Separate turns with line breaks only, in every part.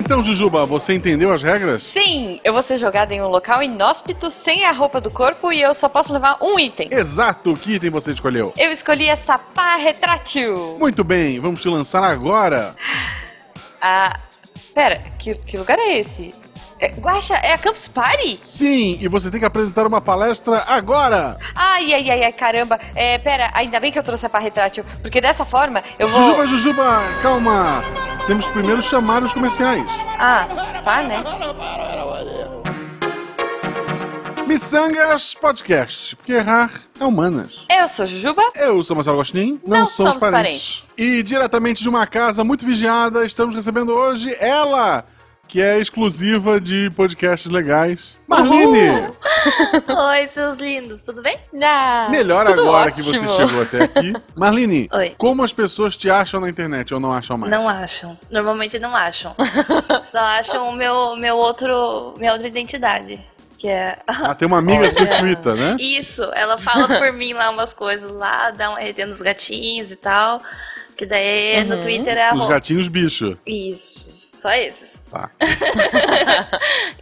Então, Jujuba, você entendeu as regras?
Sim, eu vou ser jogada em um local inóspito, sem a roupa do corpo e eu só posso levar um item.
Exato, que item você escolheu?
Eu escolhi essa pá retrátil.
Muito bem, vamos te lançar agora.
Ah, pera, que, que lugar é esse? É, Guaxa, é a Campus Party?
Sim, e você tem que apresentar uma palestra agora.
Ai, ai, ai, ai, caramba. É, pera, ainda bem que eu trouxe a pá retrátil, porque dessa forma eu vou...
Jujuba, Jujuba, calma. Temos que primeiro chamar os comerciais.
Ah, tá, né?
Missangas Podcast, porque errar é humanas.
Eu sou Jujuba.
Eu sou Marcelo Gostin, não,
Não
somos,
somos
parentes. E diretamente de uma casa muito vigiada, estamos recebendo hoje ela, que é exclusiva de podcasts legais, Marlene.
Oi, seus lindos, tudo bem?
Na...
Melhor
Tudo
agora que
ótimo.
você chegou até aqui. Marlene,
Oi.
como as pessoas te acham na internet ou não acham mais?
Não acham. Normalmente não acham. Só acham o meu, meu outro, minha outra identidade, que é
Ah, tem uma amiga circuita, né?
isso. Ela fala por mim lá umas coisas lá, dá um RT nos gatinhos e tal, que daí
Uhum.
no Twitter é
Os
arroba.
gatinhos bicho.
Isso. Só esses.
Tá.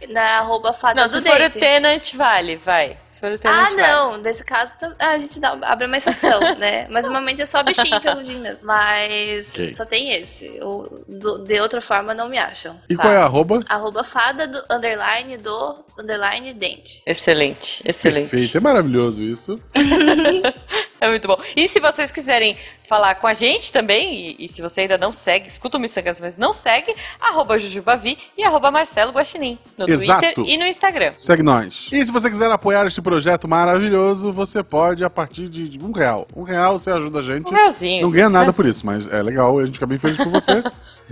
Na arroba fada
Não,
do
se for o
dente.
Tenant, vale, vai. Se for o Tenant,
Ah, não. Nesse caso, tam- a gente dá, abre uma exceção, né? Mas normalmente é só bichinho peludinho mesmo. Mas
Ok.
só tem esse. O- do- de outra forma, não me acham.
E
tá?
qual é a arroba?
Arroba fada do underline do underline dente.
Excelente, excelente.
Perfeito, é maravilhoso isso.
É muito bom. E se vocês quiserem falar com a gente também, e, e se você ainda não segue, escuta o Missangas, mas não segue, arroba Jujubavi e arroba Marcelo Guaxinim. No
Exato.
Twitter e no Instagram.
Segue nós. E se você quiser apoiar este projeto maravilhoso, você pode a partir de de um real. Um real você ajuda a gente.
Um realzinho.
Não ganha nada
Mas
por isso, mas é legal, a gente fica bem feliz por você.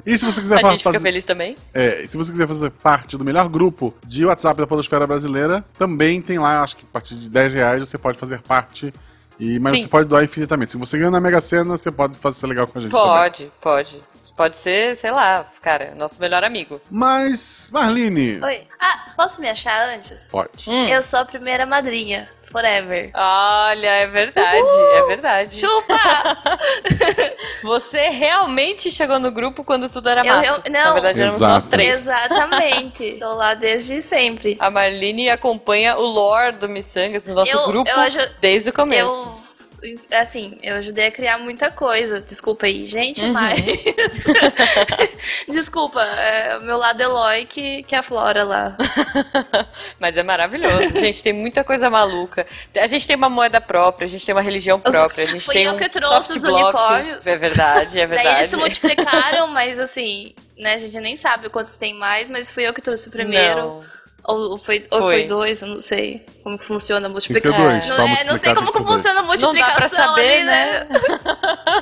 E se você quiser
A
fa-
gente fica
fazer,
feliz também.
é, se você quiser fazer parte do melhor grupo de WhatsApp da Podosfera Brasileira, também tem lá, acho que a partir de 10 reais você pode fazer parte. E, mas
Sim.
você pode doar infinitamente. Se você ganhar na Mega Sena, você pode fazer ser legal com a gente. também.
Pode, pode. Pode ser, sei lá, cara, nosso melhor amigo.
Mas, Marlene.
Oi. Ah, posso me achar antes?
Pode.
Hum.
Eu sou a primeira madrinha. Forever.
Olha, é verdade, é verdade.
Chupa!
Você realmente chegou no grupo quando tudo era
Eu
mato.
real-
Na
não.
verdade, éramos
Exato.
nós três.
Exatamente. Tô lá desde sempre.
A Marlene acompanha o lore do Missangas no nosso
Eu-
grupo
eu aju-
desde o começo.
Eu. Assim, eu ajudei a criar muita coisa. Desculpa aí, gente,
Uhum.
mas. Desculpa, é, o meu lado Eloy que, que aflora lá.
Mas é maravilhoso. Gente, tem muita coisa maluca. A gente tem uma moeda própria, a gente tem uma religião
Os-
própria. A gente
Fui
tem
eu
um
que trouxe os
soft block.
unicórnios.
É verdade, é
Daí eles
verdade.
se multiplicaram, mas assim, né, a gente nem sabe quantos tem mais, mas fui eu que trouxe o primeiro.
Não.
Ou, ou foi, ou
Foi.
foi dois, eu não sei como que funciona a
Tem que ser
multiplicação.
dois.
Não,
pra
é, não
multiplicar,
sei
tem
como
que
que
ser dois.
funciona a
Não dá pra
multiplicação
saber,
ali, né?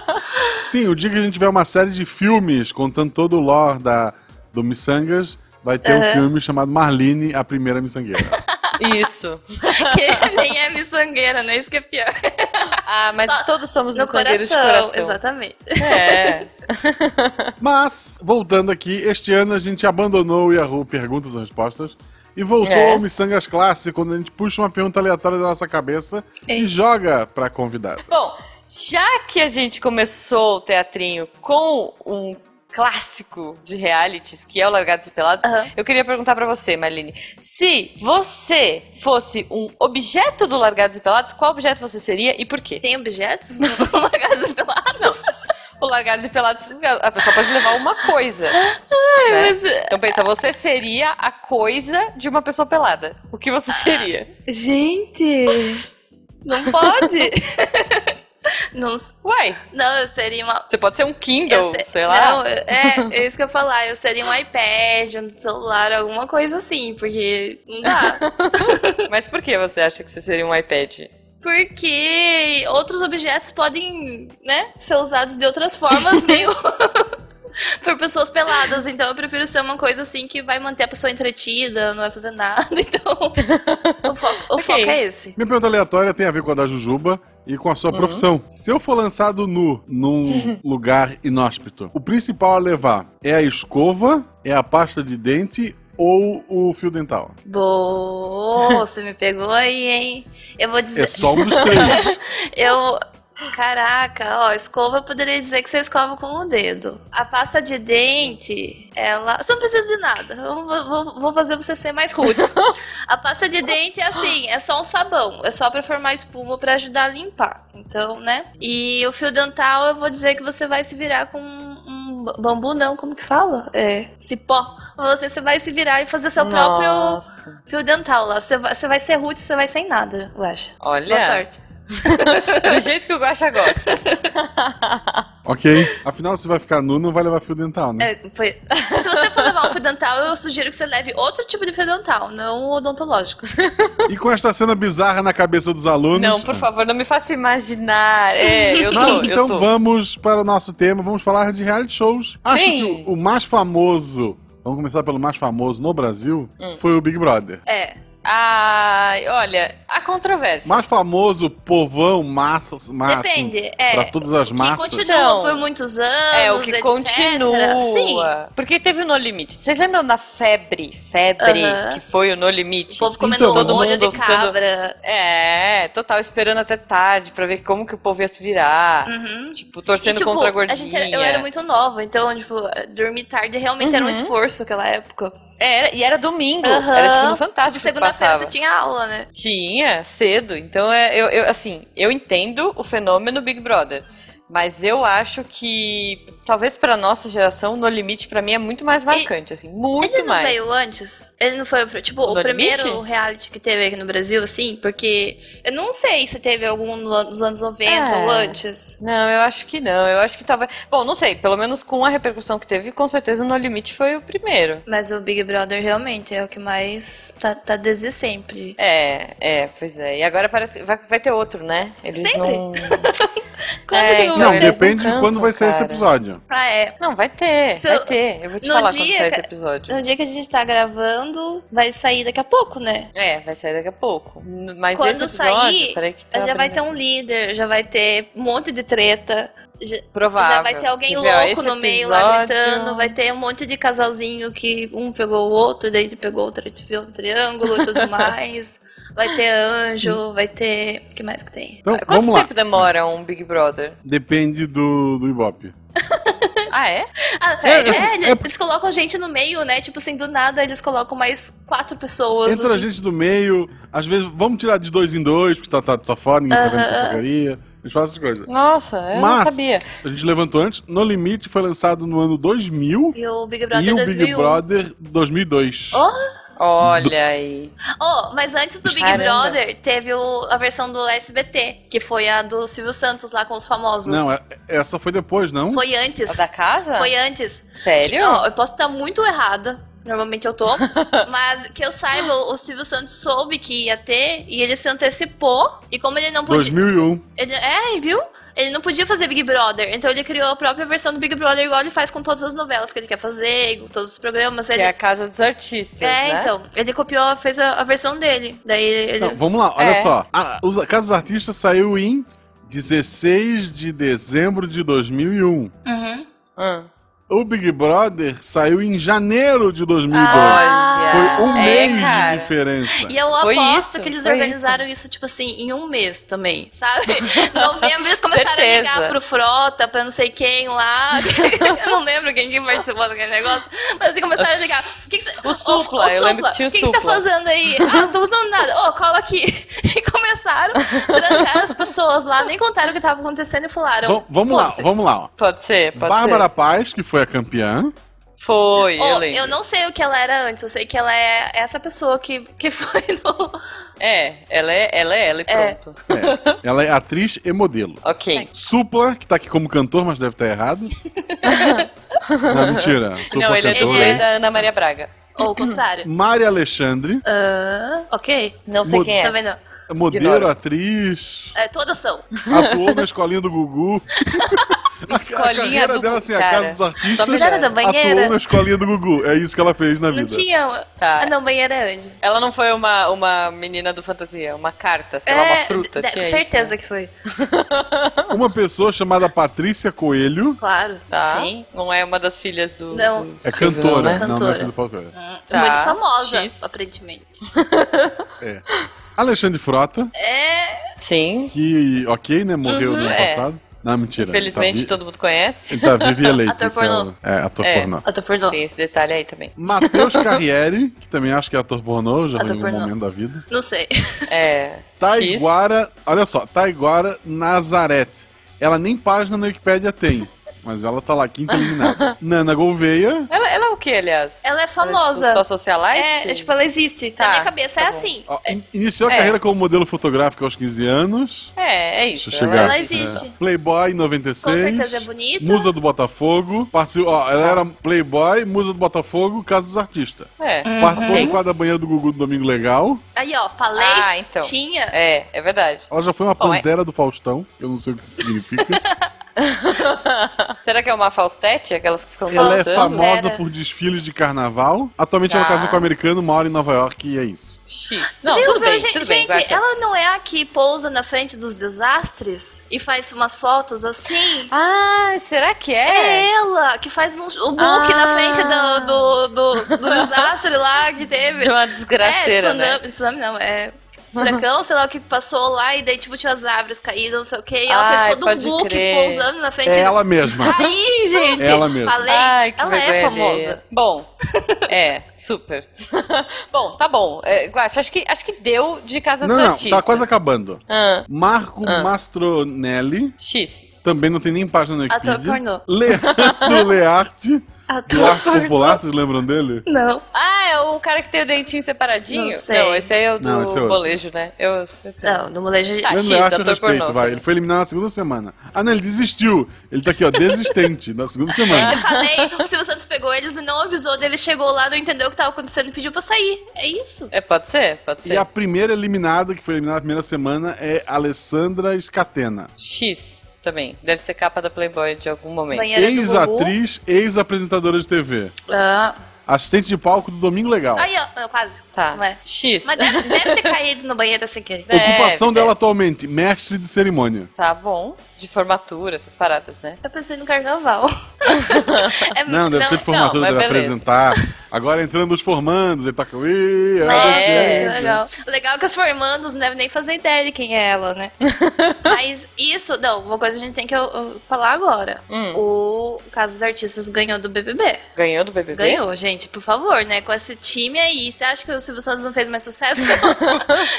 né?
Sim, o dia que a gente tiver uma série de filmes contando todo o lore da, do Missangas, vai ter um filme chamado Marlene, a primeira Missangueira.
Isso.
que nem é miçangueira, né? Isso que é pior.
Ah, mas
Só
todos somos
No
miçangueiros
coração,
de coração.
exatamente.
É.
Mas, voltando aqui, este ano a gente abandonou o Yahoo Perguntas e Respostas e voltou
É.
ao Missangas Clássico, quando a gente puxa uma pergunta aleatória da nossa cabeça e
Ei.
joga pra convidada.
Bom, já que a gente começou o teatrinho com um clássico de realities, que é o Largados e Pelados,
Aham.
eu queria perguntar pra você, Marlene, se você fosse um objeto do Largados e Pelados, qual objeto você seria e por quê?
Tem objetos numa casa pelada?
O Largados e Pelados, a pessoa pode levar uma coisa. né?
mas, é-
Então pensa, você seria a coisa de uma pessoa pelada. O que você seria?
Gente! Não pode! não,
Uai,
não, eu seria uma.
você pode ser um Kindle,
eu se-
sei lá.
Não, eu- é, é isso que eu ia falar. Eu seria um iPad, um celular, alguma coisa assim, porque não dá.
Mas por que você acha que você seria um iPad?
Porque outros objetos podem, né, ser usados de outras formas, meio. por pessoas peladas. Então eu prefiro ser uma coisa assim que vai manter a pessoa entretida, não vai fazer nada. Então. o foco, o
Ok.
foco é esse.
Minha pergunta aleatória tem a ver com a da Jujuba e com a
Uhum.
sua profissão. Se eu for lançado nu num lugar inóspito, o principal a levar é a escova, é a pasta de dente ou o fio dental? um
Boa, você me pegou aí, hein? Eu vou dizer.
É só um dos três.
Eu. Caraca, ó, escova eu poderia dizer que você escova com o dedo. A pasta de dente, ela. Você não precisa de nada. Eu vou, vou- vou fazer você ser mais roots. a pasta de dente é assim, é só um sabão. É só pra formar espuma pra ajudar a limpar. Então, né? E o fio dental, eu vou dizer que você vai se virar com um ba- bambu, não, como que fala? É. Cipó. Você, você vai se virar e fazer seu próprio
Nossa.
fio dental lá. Você vai, você vai ser roots, você vai sem nada, eu acho. Boa
Olha,
sorte.
do jeito que o Guaxa gosta.
Ok. Afinal, se vai ficar nu, não vai levar fio dental, né?
É, foi- Se você for levar um fio dental, eu sugiro que você leve outro tipo de fio dental, não o odontológico.
E com esta cena bizarra na cabeça dos alunos.
Não, por favor, não me faça imaginar. É, eu tô,
Mas
eu
então
tô.
vamos para o nosso tema, vamos falar de reality shows. Acho
Sim.
que o, o mais famoso, vamos começar pelo mais famoso no Brasil,
Hum.
foi o Big Brother.
É.
Ai, olha, há controvérsias.
Mais famoso, povão, massas,
Ah,
massa.
Depende, é.
Pra todas as
Que
massas.
continua
Então,
por muitos anos,
É, o que
etc.
continua.
Sim.
Porque teve o No Limite. Vocês lembram da febre? Febre,
Aham.
que foi o No
O
Limite?
povo comendo
Então,
o olho
todo
de
mundo ficando-
cabra.
É, total, esperando até tarde pra ver como que o povo ia se virar.
Uhum.
Tipo, torcendo
e, tipo,
contra a gordinha.
a gente era- eu era muito nova, então, tipo, dormir tarde realmente era um
Uhum.
esforço naquela época.
Era- É, e era domingo.
Aham.
Era tipo no Fantástico.
Tipo,
que
segunda-feira
passava.
você tinha aula, né?
Tinha, cedo. Então, é, eu, eu, assim, eu entendo o fenômeno Big Brother. Mas eu acho que, talvez pra nossa geração, No Limite, pra mim, é muito mais marcante, assim. Muito
Ele não
mais.
veio antes? Ele não foi, pro- tipo,
O
o,
No
primeiro
Limite?
reality que teve aqui no Brasil, assim? Porque eu não sei se teve algum no- nos anos 90 ou
É.
antes.
Não, eu acho que não. Eu acho que talvez. Bom, não sei. Pelo menos com a repercussão que teve, com certeza o No Limite foi o primeiro.
Mas o Big Brother realmente é o que mais tá, tá desde sempre.
É, é, pois é. E agora parece. Vai, vai ter outro, né? Eles
Sempre.
não.
Quando
É,
que não
Não,
vai?
eles não
depende de
cansam,
quando vai sair esse
cara.
episódio.
Ah, é.
Não, vai ter.
Se
vai
eu-
ter. Eu vou te
no
falar quando
dia
sair
que-
esse episódio.
No dia que a gente tá gravando, vai sair daqui a pouco, né?
É, vai sair daqui a pouco. N- Mas
Quando
esse episódio,
sair,
peraí que tá
já vai ter
abrindo.
um líder, já vai ter um monte de treta. Já,
Provável.
já vai ter alguém
Quer ver, ó,
louco
esse
no meio lá
episódio-
gritando, vai ter um monte de casalzinho que um pegou o outro, daí pegou o outro, viu um triângulo e tudo mais. Vai ter anjo, vai ter. O que mais que tem?
Então,
Quanto
vamos lá.
tempo demora um Big Brother?
Depende do, do Ibope.
Ah, é?
Ah,
Sério?
sério?
assim, é-
eles colocam gente no meio, né? Tipo assim, do nada eles colocam mais quatro pessoas.
Entra a
assim.
gente do meio, às vezes, vamos tirar de dois em dois, porque tá, tá, tá fora, ninguém tá vendo essa
Aham.
porcaria. A gente faz essas coisas.
Nossa, eu não
Mas,
sabia.
a gente levantou antes, No Limite foi lançado no ano 2000
E um. o Big
e
Brother
o
2001.
Big Brother 2002.
Oh!
Olha aí.
Oh, mas antes do Big
Caramba.
Brother, teve o- a versão do SBT, que foi a do Silvio Santos lá com os famosos.
Não, é- um essa foi depois, não?
Foi antes.
A da casa?
Foi antes.
Sério?
Que- ó, eu posso estar muito errada. Normalmente eu tô. mas que eu saiba, o Silvio Santos soube que ia ter e ele se antecipou. E como ele não podia.
2001.
Ele, é, viu? Ele não podia fazer Big Brother. Então ele criou a própria versão do Big Brother, igual ele faz com todas as novelas que ele quer fazer, com todos os programas.
Que
Ele,
é a casa dos artistas,
é,
né?
então. Ele copiou, fez a, a versão dele. Daí ele.
Não, vamos lá, olha
É.
só. A, os, a Casa dos Artistas saiu em 16 de dezembro de 2001.
Uhum.
Hum.
O Big Brother saiu em janeiro de 2002.
Ah,
foi um
é,
mês
cara.
de diferença.
E eu
Foi
aposto
isso,
que eles
foi
organizaram isso. tipo assim, em um mês também, sabe? Em Novembro eles começaram a
Certeza.
ligar pro Frota, pra não sei quem lá. eu não lembro quem que participou daquele negócio. Mas eles começaram a ligar. O que que cê-
O Supla, eu lembro que tinha o
O que, que você tá
Supla.
fazendo aí? Ah, não tô usando nada. Ô, cola aqui. E começaram, trancaram as pessoas lá, nem contaram o que tava acontecendo e falaram.
Vam- vamos lá,
"Foda-se."
vamos lá. ó.
Pode ser, pode
Bárbara
ser.
Paz, que foi a campeã.
Foi,
Ô,
eu
eu,
lembro.
não sei o que ela era antes, eu sei que ela é essa pessoa que, que foi no.
É, ela é ela, é ela e
É.
pronto.
É, ela é atriz e modelo.
Ok.
Supla, que tá aqui como cantor, mas deve estar errado. Não, mentira. Supla
não, ele é
cantor.
dublê
né?
da Ana Maria Braga.
Ou o contrário.
Mari Alexandre,
Ah, ok.
Não sei
Mo-
quem é.
Também não.
modelo,
Ignora.
atriz,
É, todas são.
atuou na escolinha do Gugu.
Escolinha
a carreira
do
dela,
Gugu,
assim, a
cara.
Casa dos Artistas
Só me dá
Era da
atuou
banheira?
na escolinha do Gugu. É isso que ela fez na
Não
vida.
tinha.
Tá.
Ah, não, banheira é antes.
Ela não foi uma, uma menina do fantasia, uma carta, sei lá, uma fruta.
É, de-
tinha
com
isso,
certeza
né?
que foi.
Uma pessoa chamada Patrícia Coelho
Claro.
Tá?
Sim.
Não é uma das filhas do.
Não.
do
é
Silvio,
cantora.
né?
Não, não é
Cantora.
filha do Paulo Coelho.
Hum,
Tá.
Muito famosa,
X.
aparentemente.
É. Alexandre Frota,
É.
Sim.
que, ok, né? Morreu
Uhum.
no ano
é.
passado. Não, mentira.
Infelizmente
ele tá vi-
todo mundo conhece.
Então.
Ele tá vivo e eleito.
Ator
esse é o-
pornô.
É, ator
É.
pornô.
Ator pornô.
Tem esse detalhe aí também.
Matheus Carriere, que também acho que é ator pornô, já
Ator
em algum
pornô.
momento da vida.
Não sei.
É.
Tá Taiguara, olha só, Taiguara Nazareth. Ela nem página na Wikipédia tem, mas ela tá lá, quinta eliminada. Nana Gouveia,
X. Ela, ela é o que, aliás?
Ela
Ela
é
é,
famosa.
tipo, só socialite?
É, é, tipo, ela existe.
Tá,
Na minha cabeça
tá
é
bom.
assim.
ó, in- iniciou a
É.
carreira como modelo fotográfico aos 15 anos.
É, é isso.
Deixa eu chegar.
Ela
é-
existe.
É. Playboy em
Com
96.
certeza é bonita. Tá.
Musa do Botafogo. Participou, ó, ela era Playboy, Musa do Botafogo, Casa dos Artistas.
É.
Uhum.
Participou
Ok.
do quadro da banheira do Gugu do Domingo Legal.
Aí, ó, falei.
Ah, então.
Tinha.
É, é verdade.
Ela já foi uma
Bom, é-
pantera do Faustão. Eu não sei o que isso significa.
Será que é uma Faustete? Aquelas que ficam
Ela é
dançando?
famosa
Era. Ah.
por desfiles de carnaval. Atualmente ela
Tá.
casou com um americano, mora em Nova York e é isso.
X. Não,
Viu,
tudo
viu,
bem,
gente,
tudo bem.
gente,
guarda.
ela não é a que pousa na frente dos desastres e faz umas fotos assim?
Ah, será que
É,
é?
ela que faz um, o book
Ah.
na frente do, do, do, do desastre lá que teve.
De uma
é,
desgraceira,
tsunami,
né?
tsunami não, é furacão, sei lá o que passou lá e daí tipo tinha as árvores caídas, não sei o que, e ela
Ai,
fez todo um
pode
book
crer.
pousando na frente.
É ela mesma. É
Aí, gente,
Ela mesmo.
falei,
Ai, que
ela é
vergonha
famosa.
alheia. Bom, é, super. bom, tá bom. É, Guaxa, acho que, acho que deu de Casa
não,
dos
não,
Artistas.
tá quase acabando.
Ah,
Marco
Ah.
Mastronelli,
X.
também não tem nem página na
Ator
Wikipedia.
pornô.
Leandro Learte, do
Ator
Arte Popular, vocês lembram dele?
Não.
Ah, é o cara que tem o dentinho separadinho?
Não sei.
esse aí é o do
Não, esse é outro.
bolejo, né? Eu...
Não, no molejo.
Tá. Ah,
Leandro
X,
Learte, eu
ator
respeito,
pornô
vai.
também.
Ele foi eliminado na segunda semana. Ah, não, ele desistiu. Ele tá aqui, ó, desistente, na segunda
Eu
Tá.
semana.
falei, o Silvio Santos pegou eles e não avisou, daí ele chegou lá, não entendeu o que tava acontecendo e pediu pra sair. É isso.
É, pode ser, pode
E
ser.
a primeira eliminada, que foi eliminada na primeira semana, é Alessandra Scatena.
X também. Deve ser capa da Playboy de algum momento.
Banheira do Gugu.
Ex-atriz, ex-apresentadora de TV.
Ah.
Assistente de palco do Domingo Legal.
Aí, ó, eu quase.
Tá.
Não é.
X.
Mas deve, deve ter caído no banheiro assim, sem querer.
É.
Ocupação
é.
dela atualmente, mestre de cerimônia.
Tá bom. De formatura, essas paradas, né?
Eu pensei no carnaval. É,
Não, deve ser de formatura
mas
dela
beleza.
apresentar. Agora entrando os formandos, ele tá com... Ih,
Nossa,
É.
que legal. O legal é que os formandos não devem nem fazer ideia de quem é ela, né? Mas isso, não, uma coisa a gente tem que eu- eu falar agora.
Hum.
O Caso dos Artistas ganhou do BBB.
Ganhou do BBB?
Ganhou, gente, por favor, né? Com esse time aí, você acha que o Silvio Santos não fez mais sucesso?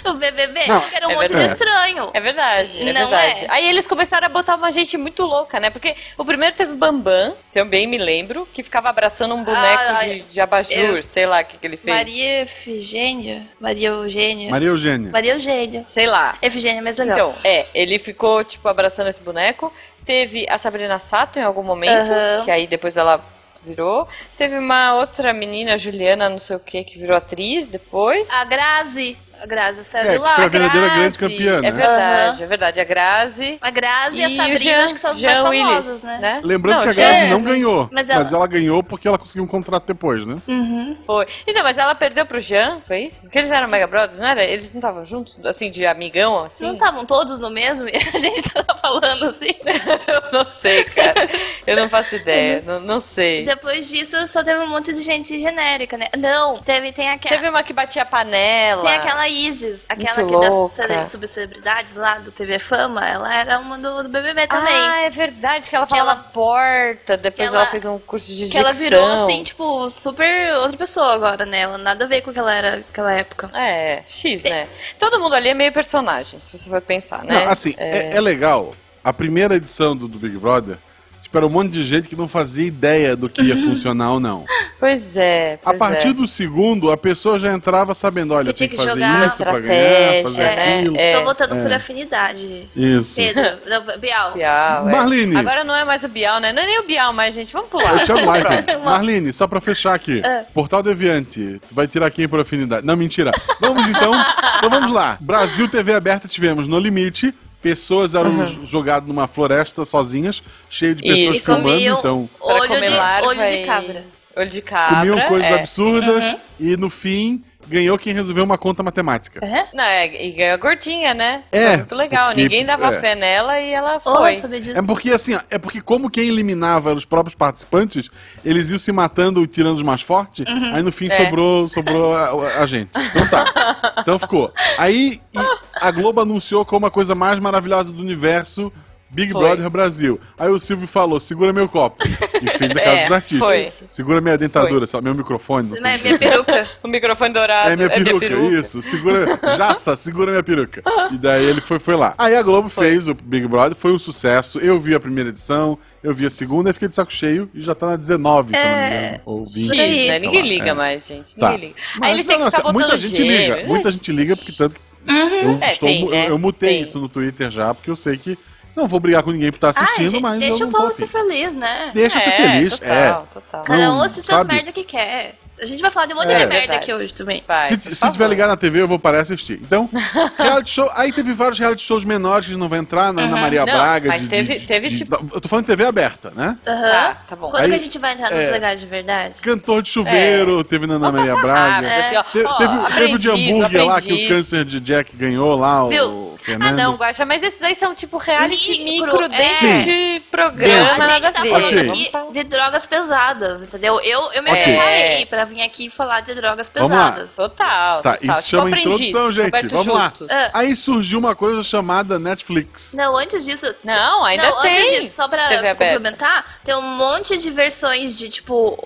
o BBB?
Não,
Era um
é
monte de
verdade.
estranho.
É verdade, é
Não
verdade.
é?
Aí eles começaram a botar uma gente muito louca, né? Porque o primeiro teve o Bambam, se eu bem me lembro, que ficava abraçando um boneco
Ah,
de, de abajur,
eu-
sei lá o que, que ele fez.
Maria Efigênia? Maria Eugênia?
Maria Eugênia.
Maria Eugênia.
Sei lá.
Efigênia é mais legal.
Então, é, ele ficou, tipo, abraçando esse boneco. Teve a Sabrina Sato em algum momento,
Aham.
que aí depois ela virou. Teve uma outra menina, Juliana, não sei o que, que virou atriz depois.
A Grazi. A Grazi saiu
É,
de lá.
foi a
A Grazi,
verdadeira grande campeã, né?
É verdade,
Aham.
é verdade. A Grazi.
A Grazi e, a
o
Sabrina,
Jean-
acho que são as
Jean
mais
Willis,
famosas, né?
Lembrando
Não,
que a
Jean-
Grazi
é,
não
mas-
ganhou, mas
mas
ela...
ela-
ganhou porque ela conseguiu um contrato depois, né?
Uhum.
Foi. Então, mas ela perdeu pro Jean, foi isso? Porque eles eram Mega Brothers, não era? Eles não estavam juntos, assim, de amigão, assim?
Não tá. estavam todos no mesmo? A gente tá falando assim.
Eu não sei, cara. Eu não faço ideia, não, não sei.
Depois disso, só teve um monte de gente genérica, né? Não, teve, tem aquela...
Teve uma que batia panela.
É. Tem aquela Isis, aquela
Muito
que das
louca.
cele- subcelebridades lá do TV Fama, ela era uma do, do BBB também.
Ah, é verdade, que ela
Que
falava
ela-
porta, depois
que
ela,
ela-
fez um curso de
que ela virou,
dicção.
assim, tipo, super outra pessoa agora, né? Ela nada a ver com o que ela era naquela época.
É, X, né? Todo mundo ali é meio personagem, se você for pensar, né?
Não, assim, é, é legal. A primeira edição do, do Big Brother, tipo, era um monte de gente que não fazia ideia do que ia funcionar ou não.
Pois é,
A
pois
partir
é.
do segundo, a pessoa já entrava sabendo, olha,
Que
tem
tinha
que
que
fazer
jogar.
isso pra ganhar, fazer
Estratégia, né?
aquilo.
É,
Tô votando por
é.
afinidade.
Isso.
Pedro, não, Bial.
Bial, é.
Marlene.
Agora não é mais o Bial, né? Não é nem o Bial mais, gente. Vamos pular.
Eu te amo, Michael.
Próximo.
Marlene, só pra fechar aqui.
Ah.
Portal Deviante, tu vai tirar quem por afinidade? Não, mentira. Vamos então. Então vamos lá. Brasil TV aberta tivemos No Limite, Pessoas eram
Uhum.
jogadas numa floresta sozinhas, cheio de pessoas
Isso.
se humando,
Comiam
então.
Pra
olho,
comer
de,
larva
olho de
e-
cabra.
Olho de cabra.
Comiam coisas
é.
absurdas
Uhum.
e no fim ganhou quem resolveu uma conta matemática.
É?
Não, é, e ganhou a gordinha, né?
É,
Foi muito legal.
porque-
Ninguém dava
é.
fé nela e ela
Oh,
foi.
eu sabia disso.
É porque assim, ó, é porque como quem eliminava eram os próprios participantes, eles iam se matando e tirando os mais fortes, aí no fim
É.
sobrou, sobrou a, a gente. Então tá. Então ficou. Aí e a Globo anunciou como a coisa mais maravilhosa do universo Big
Foi.
Brother Brasil. Aí o Silvio falou: segura meu copo. E fez a cara
É,
dos artistas.
foi. é
Segura minha dentadura, só meu microfone. Não sei
Mas
se-
minha peruca.
O microfone dourado.
é minha peruca, isso. Segura, jaça, segura minha peruca. E daí ele foi, foi lá. Aí a Globo fez o Big Brother, foi um sucesso. Eu vi a primeira edição, eu vi a segunda, e fiquei de saco cheio e já tá na 19, se eu não me engano. Ou 20.
É, X,
Isso,
sei
né?
lá,
Ninguém liga
é.
mais, gente.
Tá.
Ninguém liga.
Mas,
Aí eles têm
não,
que ficar
não,
botando
Muita gente
gênero.
liga, muita gente liga, porque tanto que eu,
É,
estou,
tem,
mu-
né?
eu mutei
Tem.
isso no Twitter já, porque eu sei que não vou brigar com ninguém por estar
Ai,
assistindo, um
gente,
mas
deixa
eu não
o
tô
povo
afim.
ser feliz, né?
Deixa ser feliz,
total,
é.
Total.
Cada
Não,
um assiste as
sabe?
merda que quer. A gente vai falar de um monte
É.
de merda
Verdade. Tá,
aqui hoje também.
Vai,
Se,
por
se
favor.
tiver ligado na TV, eu vou parar e assistir. Então, reality show. Aí teve vários reality shows menores que a gente não vai entrar, na Ana Maria
Não,
Braga.
mas
de- de-
teve- teve
de-
tipo-
Eu tô falando de TV aberta, né?
Aham.
Tá, tá bom.
Quando que a
Aí-
gente vai entrar nos
é.
legais de verdade?
Cantor de
É.
chuveiro, teve na Ana Maria Braga.
Rápido, assim, ó.
Te-
Ó,
teve, teve o de
aprendiz,
hambúrguer lá que o
aprendiz.
câncer né? de Jack ganhou lá,
Viu?
o Fernando.
Ah, não, Guaxa, mas esses aí são tipo reality
Micro,
micro,
é.
dentro de
Não,
programa.
a gente tá
nada a ver.
falando
Ok.
aqui de drogas pesadas, entendeu? Eu, eu me
Ok.
É.
preparei pra vir aqui falar de drogas
Vamos lá.
pesadas.
Total.
Tá,
total.
isso chama
tipo, aprendiz,
introdução, gente.
Roberto
Vamos
Justus. Ah.
lá. Aí surgiu uma coisa chamada Netflix.
Não, antes disso.
Não, ainda
não,
tem.
antes disso, só pra
TV aberta.
complementar, tem um monte de versões de, tipo,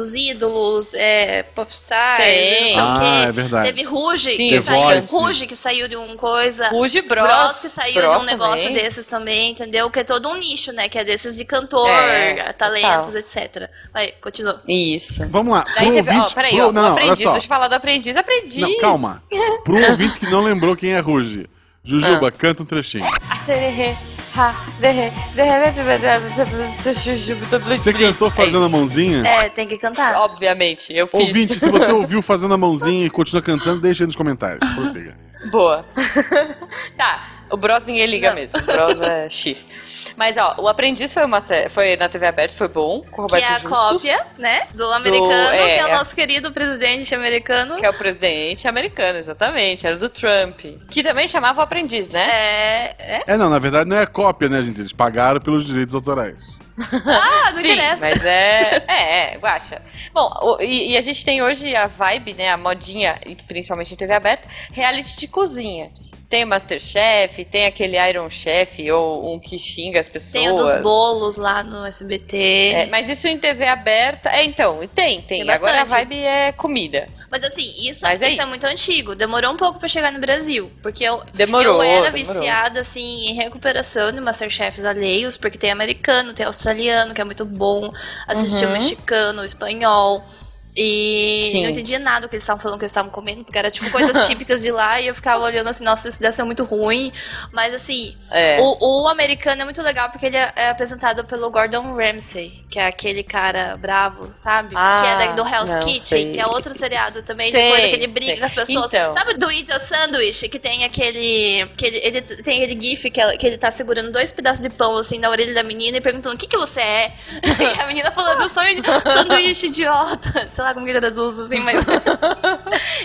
os ídolos, é, popstars,
Tem.
e não sei
Ah,
o quê.
é verdade.
Teve Ruge,
Sim,
que
The
saiu,
Voice.
Ruge, que saiu de um coisa.
Ruge Bros.
Bros que saiu
Bros
de um negócio
também.
desses também, entendeu? Que é todo um nicho, né? Que é desses de cantor,
É,
talentos, etc. Vai, continua.
Isso.
Vamos lá.
Daí
pro
teve,
ouvinte,
ó, peraí,
pro-
ó,
não,
o
olha
aprendiz,
só.
deixa eu falar do aprendiz, aprendiz.
Não, calma. Pro ouvinte que não lembrou quem é Ruge.
Ah.
Jujuba, canta um trechinho. Você
Você
cantou fazendo a mãozinha?
É, tem que cantar.
Obviamente, eu fiz.
Ouvinte, se você ouviu fazendo a mãozinha e continua cantando, deixa aí nos comentários. Prossiga.
Boa. tá, o Bros ninguém liga
Não.
mesmo. O Bros é X. Mas ó, o Aprendiz foi uma série, foi na TV aberta, foi bom, com o
Que
Roberto
é a
Justus,
cópia, né? Do americano,
é,
que é o
é.
nosso querido presidente americano.
Que é o presidente americano, exatamente, era do Trump. Que também chamava o Aprendiz, né?
É. é.
É, não, na verdade não é cópia, né, gente? Eles pagaram pelos direitos autorais.
Ah, não
Sim,
interessa.
mas é, é, é, guacha. Bom, o- e, e a gente tem hoje a vibe, né, a modinha, e principalmente em TV aberta, reality de cozinha. Tem o Masterchef, tem aquele Iron Chef, ou um que xinga as pessoas.
Tem o dos bolos lá no SBT.
É, mas isso em TV aberta, é, então, tem, tem.
Tem
Agora a
bastante.
vibe é comida.
Mas assim, isso,
Mas é
isso, é
isso.
muito antigo. Demorou um pouco pra chegar no Brasil. Porque eu,
Demorou,
eu era
demorou.
viciada, assim, em recuperação de Masterchefs alheios, porque tem americano, tem australiano, que é muito bom. Assistir o
Uhum.
mexicano, o espanhol. E
Sim.
não entendia nada do que eles estavam falando, o que eles estavam comendo, porque era tipo coisas típicas de lá e eu ficava olhando assim, nossa, isso deve ser muito ruim. Mas assim,
É.
o, o americano é muito legal porque ele é, é apresentado pelo Gordon Ramsay, que é aquele cara bravo, sabe?
Ah,
que é da- do Hell's
não
Kitchen,
sei.
que é outro seriado também,
Sei,
depois que ele briga
sei.
com as pessoas.
Então.
Sabe o do Eat Your Sandwich, que tem aquele. Que ele, ele tem aquele gif que, ela- que ele tá segurando dois pedaços de pão assim na orelha da menina e perguntando o que, que você é? e a menina falando, eu sou um sanduíche idiota. Sei lá como que traduz, assim, mas.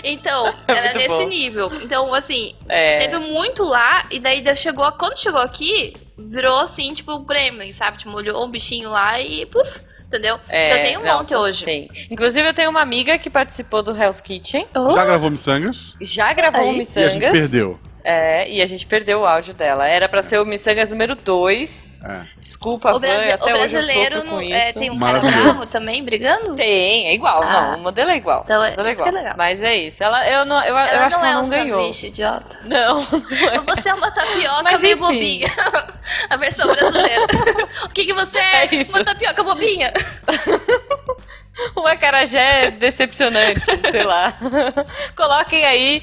então,
É
era
muito
nesse
bom.
nível. Então, assim,
É.
teve muito lá, e daí deu- chegou, a- quando chegou aqui, virou assim, tipo, o Gremlin, sabe? Tipo, olhou um bichinho lá e puf, entendeu?
É,
eu tenho um
não,
monte hoje.
Tem. Inclusive, eu tenho uma amiga que participou do Hell's Kitchen,
Oh,
Já gravou Missangas?
já gravou um
Aí.
o
E a
Missangas.
gente perdeu.
É, e a gente perdeu o áudio dela. Era pra ser o Missangas número 2.
É.
Desculpa,
o,
Van,
brasi- o
até hoje eu
brasileiro
sofro com
não-
isso.
é, tem um cara
Maravilhoso.
bravo também brigando?
Tem, é igual,
Ah.
não, o modelo é igual.
Então é-
o modelo
isso que é
igual.
legal.
Mas é isso. Ela, eu não, eu, eu
Ela
acho
não
que
é
ela
um
não ganhou.
sanduíche, idiota.
Não, não é.
Você é uma tapioca
Mas
meio
enfim.
bobinha. A versão brasileira. o que, que você é?
É isso.
uma tapioca bobinha.
Um acarajé decepcionante, sei lá. Coloquem aí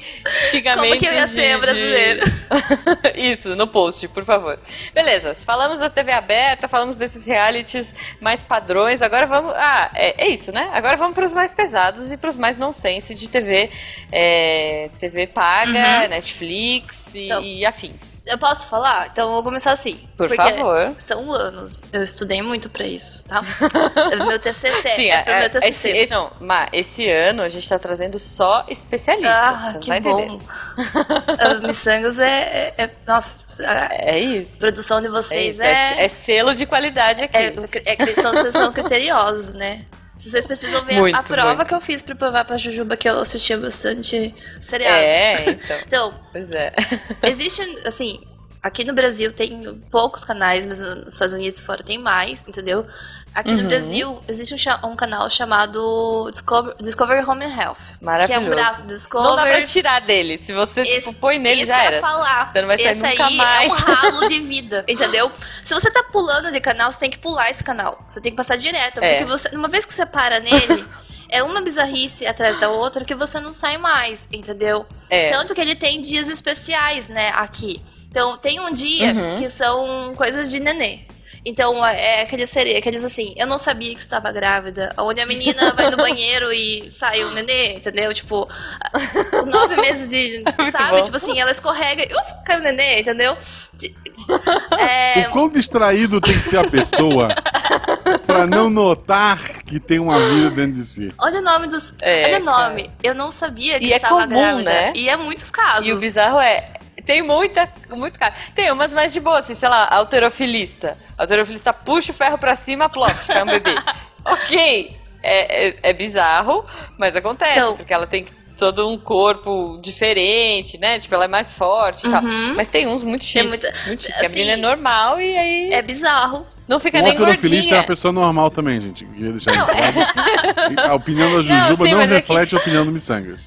xingamentos
Como que eu ia
de-
ser
de-
brasileiro?
Isso, no post, por favor. Beleza, falamos da TV aberta, falamos desses realities mais padrões, agora vamos... Ah, é, é isso, né? Agora vamos para os mais pesados e para os mais nonsense de TV, é, TV paga, Netflix e,
Uhum. Então.
e afins.
Eu posso falar? Então eu vou começar assim.
Por
porque
favor.
São anos. Eu estudei muito pra isso, tá? É meu TCC.
Sim,
é pro
a- a-
meu
esse,
TCC.
esse- não, mas esse ano a gente tá trazendo só especialistas. você
ah,
não
que
tá
bom.
entendendo.
Ah, Missangas é, é, é- Nossa, a
É isso.
a produção de
É,
vocês
isso, é-
é.
é selo de qualidade aqui.
é, é que são, vocês são criteriosos, né? Vocês precisam ver a- a
Muito,
prova
muito.
que eu fiz pra provar pra Jujuba que eu assistia bastante seriado.
É, então.
Então,
Pois é.
Existe, assim, aqui no Brasil tem poucos canais, mas nos Estados Unidos e fora tem mais, entendeu? Aqui
Uhum.
no Brasil existe um, cha- um canal chamado Discover, Discover Home and Health. Que é um
Maravilhoso.
braço do
Não dá pra
Discover.
tirar dele. Se você
Esse-
tipo, põe nele,
Isso
já
que eu
era.
ia falar.
Você não vai sair
esse
nunca
aí é um
mais.
ralo de vida, entendeu? Se você tá pulando de canal, você tem que pular esse canal. Você tem que passar direto.
É.
Porque você, uma vez que você para nele, é uma bizarrice atrás da outra que você não sai mais, entendeu?
É.
Tanto que ele tem dias especiais, né, aqui. Então, tem um dia
Uhum.
que são coisas de nenê. Então, é aqueles, seri- aqueles assim, eu não sabia que estava grávida. Onde a menina vai no banheiro e sai o nenê, entendeu? Tipo, a- nove meses de. sabe?
bom.
Tipo assim, ela escorrega e uf, cai o nenê, entendeu? De- É,
O quão distraído tem que ser a pessoa pra não notar que tem uma vida dentro de si?
olha o nome dos.
É,
olha o nome. Eu não sabia que
E é
estava
comum,
grávida.
né?
E é muitos casos.
E o bizarro é. Tem muita, muito cara. Tem umas mais de boa, assim, sei lá, alterofilista. Alterofilista puxa o ferro pra cima, plot, cai um bebê. ok. É, é, é bizarro, mas acontece,
Então-
porque ela tem todo um corpo diferente, né? Tipo, ela é mais forte e tal.
Uhum.
Mas tem uns muito
Tem
X.
muita-
Muito X, que a
assim,
menina é normal e aí
É bizarro.
não fica
O
nem
alterofilista é uma
gordinha.
pessoa normal também, gente. Queria deixar isso claro. E
é.
A opinião da Jujuba
sim,
não,
mas é
reflete a opinião do Missangas.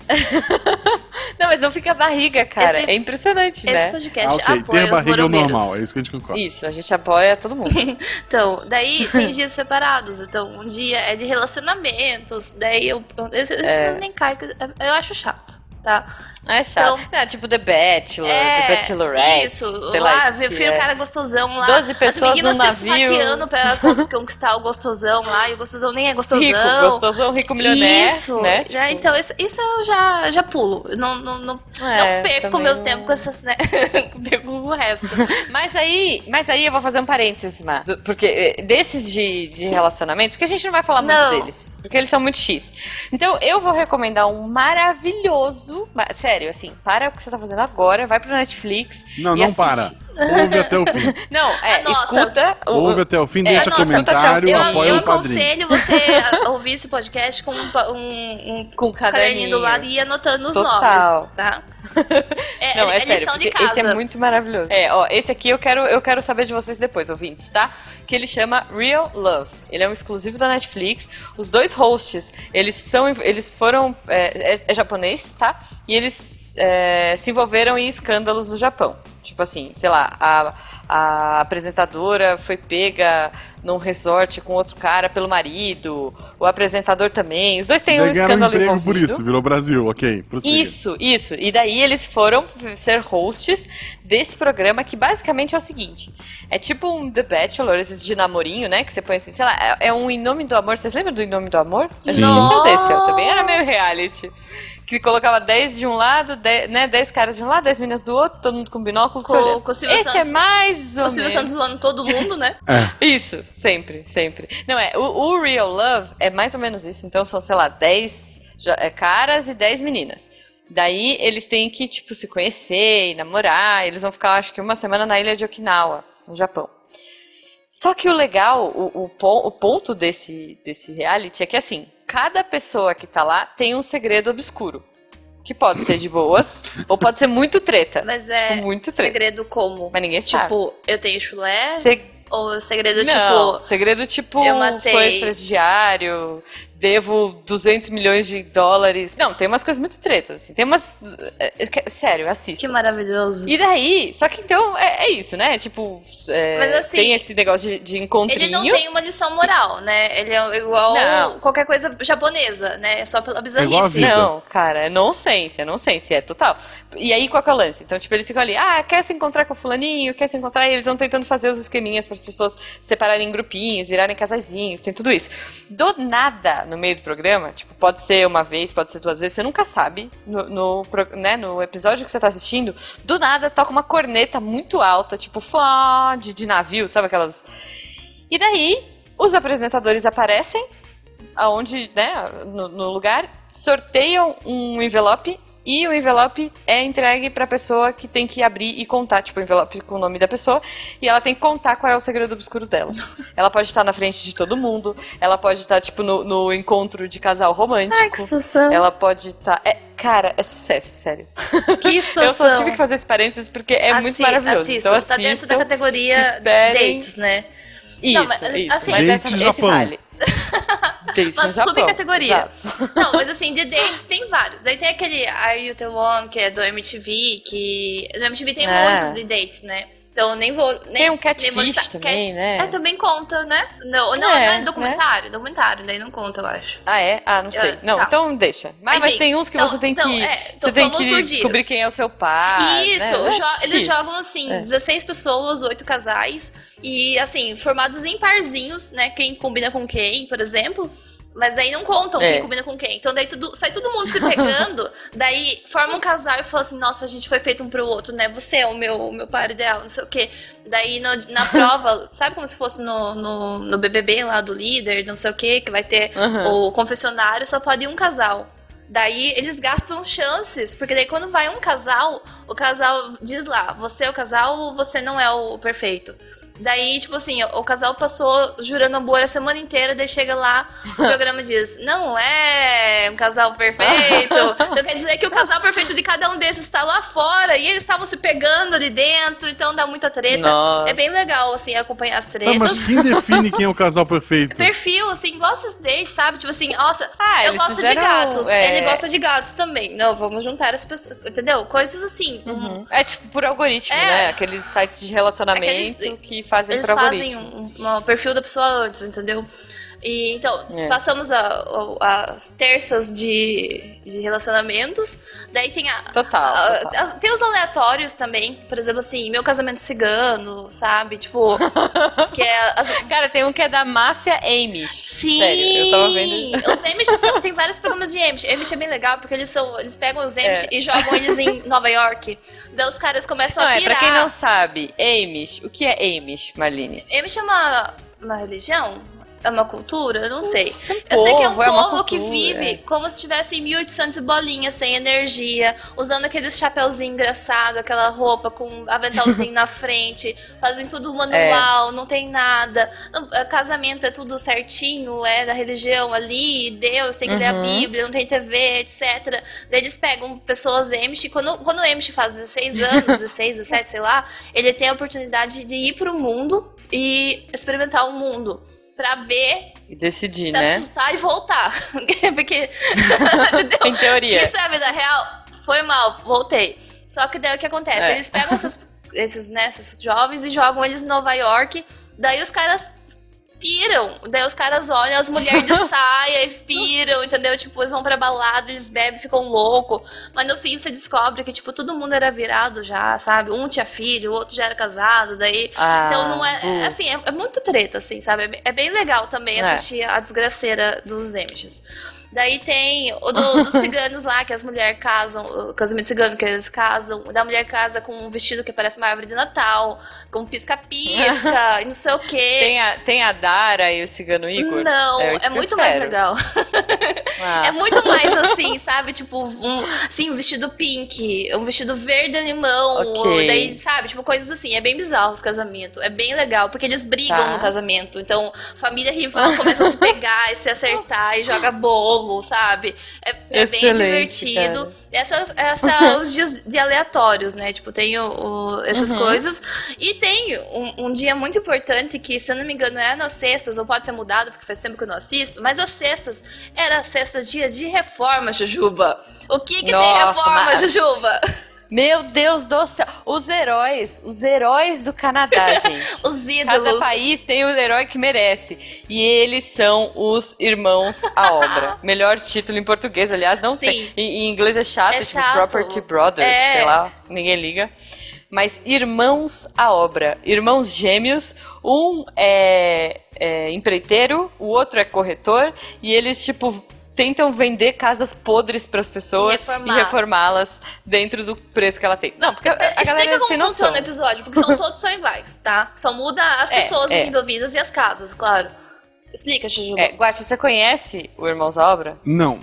Não, mas não fica barriga, cara.
Esse-
É impressionante,
Esse
né?
Ah,
podcast
ok.
apoia
Ter
os
barriga é o
morameiros.
normal, é isso que a gente concorda.
Isso, a gente apoia todo mundo.
Então, daí tem dias separados. Então, um dia é de relacionamentos. Daí eu. Esses
É.
eu nem caio. que eu- Eu acho chato, tá? É,
É chato. É, tipo The Bachelor, The Bachelorette.
Isso.
sei
lá,
lá, isso
eu
que
prefiro o
é.
um cara gostosão lá.
12
As
pessoas num
meninas se
navio.
esfaqueando pra cons- conquistar o gostosão lá. E o gostosão nem é gostosão.
Rico, gostosão, rico milionário.
Isso,
Né?
Já, então isso, isso eu já, já pulo. Eu Não, não, não,
É,
não perco meu tempo com essas. Né? perco o resto.
Mas aí, mas aí eu vou fazer um parênteses, Má. Do- Porque eh, desses de, de relacionamento, porque a gente não vai falar
Não.
muito deles. Porque eles são muito X. Então eu vou recomendar um maravilhoso. ma- Sério, assim, para o que você tá fazendo agora, vai pro Netflix.
Não,
e
não
assiste.
para. Ouve até o fim.
Não, é,
Anota.
escuta. o-
Ouve até o fim,
É,
deixa
nossa,
comentário,
eu-
apoia
eu
o padrinho.
aconselho você a ouvir esse podcast com um, pa- um, um
Com o
caderninho
caderninho.
do lado e anotando os
Total.
nomes, tá? É,
Não,
é,
é, sério,
lição de
porque
casa.
esse é muito maravilhoso. É, ó, esse aqui eu quero, eu quero saber de vocês depois, ouvintes, tá? Que ele chama Real Love. Ele é um exclusivo da Netflix. Os dois hosts, eles são, eles foram, é, é- é japonês, tá? E eles é, se envolveram em escândalos no Japão. Tipo assim, sei lá, a, a apresentadora foi pega num resort com outro cara pelo marido, o apresentador também. Os dois têm um
Daí ganharam um
escândalo
emprego
envolvido.
por isso, virou Brasil, ok. prossiga.
Isso, isso. E daí eles foram ser hosts desse programa que basicamente é o seguinte: é tipo um The Bachelor, esses de namorinho, né? Que você põe assim, sei lá, é, é um Em Nome do Amor. Vocês lembram do Em Nome do Amor? A gente
Sim.
não desse, eu também era meio reality. Que colocava 10 de um lado, 10, né, 10 caras de um lado, 10 meninas do outro, todo mundo com binóculo.
Com-
se olhando.
com o Silvio
Esse
Santos.
é mais ou
O Silvio
menos.
Santos zoando todo mundo, né?
É.
Isso, sempre, sempre. Não, é, o, o Real Love é mais ou menos isso. Então são, sei lá, 10 ja- é, caras e 10 meninas. Daí eles têm que, tipo, se conhecer e namorar. Eles vão ficar, acho que, uma semana na ilha de Okinawa, no Japão. Só que o legal, o, o pon- o ponto desse, desse reality é que, assim, cada pessoa que tá lá tem um segredo obscuro. Que pode ser de boas, ou pode ser muito treta.
Mas é
tipo, muito treta.
segredo como?
Mas ninguém sabe.
Tipo, eu tenho chulé?
Seg-
Ou é segredo
não,
tipo.
segredo tipo
eu matei.
sou ex-presidiário, devo 200 milhões de dólares. Não, tem umas coisas muito tretas, assim. Tem umas. é, é, Sério, assista.
Que maravilhoso.
E daí, só que então é, é isso, né? Tipo, é,
Mas, assim,
tem esse negócio de, de encontrinhos.
Ele não tem uma lição moral, né? Ele é igual
Não.
qualquer coisa japonesa, né? É só pela
igual a
bizarrice.
vida.
Não, cara, é nonsense, é nonsense, é total. E aí, qual que é o lance? Então, tipo, eles ficam ali, ah, quer se encontrar com o fulaninho, quer se encontrar, e eles vão tentando fazer os esqueminhas para as pessoas se separarem em grupinhos, virarem casazinhos, tem tudo isso. Do nada, no meio do programa, tipo, pode ser uma vez, pode ser duas vezes, você nunca sabe, no, no pro- né, no episódio que você tá assistindo, do nada toca uma corneta muito alta, tipo, fó, de, de navio, sabe aquelas... E daí, os apresentadores aparecem, aonde, né, no, no lugar, sorteiam um envelope e o envelope é entregue pra pessoa que tem que abrir e contar, tipo, o envelope com o nome da pessoa, e ela tem que contar qual é o segredo obscuro dela. Ela pode estar na frente de todo mundo, ela pode estar, tipo, no, no encontro de casal romântico.
Ai, que sussão.
Ela pode estar. É, cara, é sucesso, sério.
Que
Eu
sussão.
só tive que fazer esse parênteses porque é muito
Assi-
maravilhoso.
assistam.
então,
tá dentro da
assistam.
categoria
esperem.
dates, né?
Isso,
Não, mas,
isso.
assim-
mas
Dente
essa, esse
Japão.
vale. Dente
Uma
no Japão,
subcategoria.
exato.
Não, mas assim, de dates tem vários. Daí tem aquele Are You The One, que é do MTV, que... Do MTV tem
É.
muitos de dates, né? Então eu nem vou...
Tem um
Nem, nem vou
catfish
destacar-
também, né?
É, também conta, né? Não, não,
É,
não é
né?
documentário. Documentário, daí não conta, eu acho.
Ah, é? Ah, não sei.
Ah,
Não,
tá.
então deixa. Mas, mas
Enfim,
tem uns que
então-
você tem que.
então, é, então
você tem
vamos por
que
dias.
descobrir quem é o seu pai.
Isso,
né?
jo-
É
eles
X.
jogam assim,
É.
16 pessoas, 8 casais, e assim, formados em parzinhos, né? Quem combina com quem, por exemplo. Mas daí não contam
É.
quem combina com quem. Então daí tudo, sai todo mundo se pegando, daí forma um casal e fala assim, nossa, a gente foi feito um pro outro, né? Você é o meu, o meu par ideal, não sei o quê. Daí no- na prova, sabe como se fosse no, no, no BBB lá do líder, não sei o quê, que vai ter
É. Aham.
o confessionário só pode ir um casal. Daí eles gastam chances, porque daí quando vai um casal, o casal diz lá, você é o casal ou você não é o perfeito. Daí, tipo assim, o casal passou jurando amor a semana inteira, daí chega lá, o programa diz, não é um casal perfeito. Então quer dizer que o casal perfeito de cada um desses está lá fora e eles estavam se pegando ali dentro, então dá muita treta.
Nossa.
É bem legal, assim, acompanhar as
Tá,
tretas.
mas quem define quem é o casal perfeito?
Perfil, assim, gosta desses dates, sabe? Tipo assim, nossa,
Ah,
eu
eles
gosto de
fizeram,
gatos.
é,
Ele gosta de gatos também. Não, vamos juntar as pessoas. Entendeu? Coisas assim. Um-
É tipo por algoritmo,
É.
né? Aqueles sites de relacionamento
Aqueles-
que fazem
eles
por
fazem
algoritmo.
um, um perfil da pessoa antes, entendeu? E, então,
É.
passamos a- a- as terças de, de relacionamentos. Daí tem a,
Total.
Ah,
total.
as- Tem os aleatórios também, por exemplo, assim, meu casamento cigano, sabe? Tipo, que é as-
Cara, tem um que é da máfia Amish.
Sim!
Sério, eu tava vendo.
Os Amish são, tem vários programas de Amish. Amish é bem legal porque eles são, eles pegam os Amish e jogam eles em Nova York. Daí os caras começam
É. Não,
a
é, pra
pirar.
quem não sabe, Amish, o que é Amish, Marlene?
Amish é uma, uma religião? É uma cultura? Eu não sei.
Isso é um
Eu sei que é um
povo, é uma
povo que
cultura. é.
vive como se estivesse em 1800 e bolinha, sem energia, usando aqueles chapéuzinho engraçado, aquela roupa com um aventalzinho na frente, fazem tudo manual, não tem nada. Não, é, Casamento é tudo certinho, é da religião ali, Deus tem que ler a
Uhum.
Bíblia, não tem TV, etc. Daí eles pegam pessoas Amish, quando, quando o Amish faz 16 anos, 16, 17, sei lá, ele tem a oportunidade de ir pro mundo e experimentar o mundo. Pra ver
E decidir,
se
né?
assustar e voltar. Porque
Em teoria.
isso é a vida real. Foi mal, voltei. Só que daí o que acontece?
É.
Eles pegam essas- esses, né, esses jovens e jogam eles em Nova York. Daí os caras piram. Daí os caras olham as mulheres de saia e piram, entendeu? Tipo, eles vão pra balada, eles bebem, ficam louco. Mas no fim você descobre que, tipo, todo mundo era virado já, sabe? Um tinha filho, o outro já era casado, daí
Ah,
então não é. é,
putz.
Assim, é, é muito treta, assim, sabe? É bem- É bem legal também
É.
assistir a desgraceira dos Amish. Daí tem o do- dos ciganos lá, que as mulheres casam, o casamento cigano que eles casam, da mulher casa com um vestido que parece uma árvore de Natal, com pisca-pisca, e não sei o quê.
Tem a, tem a Dara e o Cigano Igor?
Não,
É
é,
isso que eu
muito mais
espero.
legal.
Ah,
É muito mais assim, sabe? Tipo, um, sim, um vestido pink, um vestido verde animão,
Ok.
daí, sabe? Tipo, coisas assim. É bem bizarro os casamentos. É bem legal, porque eles brigam
Tá.
no casamento. Então, família rival começa a se pegar e se acertar e joga bolo. bolo, sabe? É, é bem
Excelente,
divertido.
cara.
Essas, essa, os dias de aleatórios, né? Tipo, tem o- o- essas
Uhum.
coisas. E tem um, um dia muito importante que, se eu não me engano, é nas sextas, ou pode ter mudado, porque faz tempo que eu não assisto, mas as sextas era a sexta dia de reforma, Jujuba. O que, que tem
Nossa,
reforma,
mas-
Jujuba?
Meu Deus do céu! Os heróis, os heróis do Canadá, gente.
Os
Cada
ídolos.
país tem o herói que merece. E eles são os irmãos à obra. Melhor título em português, aliás, não
Sim.
tem. Em, em inglês é chato,
É
tipo
chato.
Property Brothers,
É.
sei lá, ninguém liga. Mas irmãos à obra, irmãos gêmeos, um é, é empreiteiro, o outro é corretor, e eles, tipo, tentam vender casas podres para as pessoas
reformar.
e reformá-las dentro do preço que ela tem.
Não, porque
A- a galera
explica
é
como
sem
funciona
noção.
o episódio, porque são, todos são iguais, tá? Só muda as
É,
pessoas
é.
envolvidas e as casas, claro. Explica, Jujuba.
É, Guaxa, você conhece o Irmãos à Obra?
Não.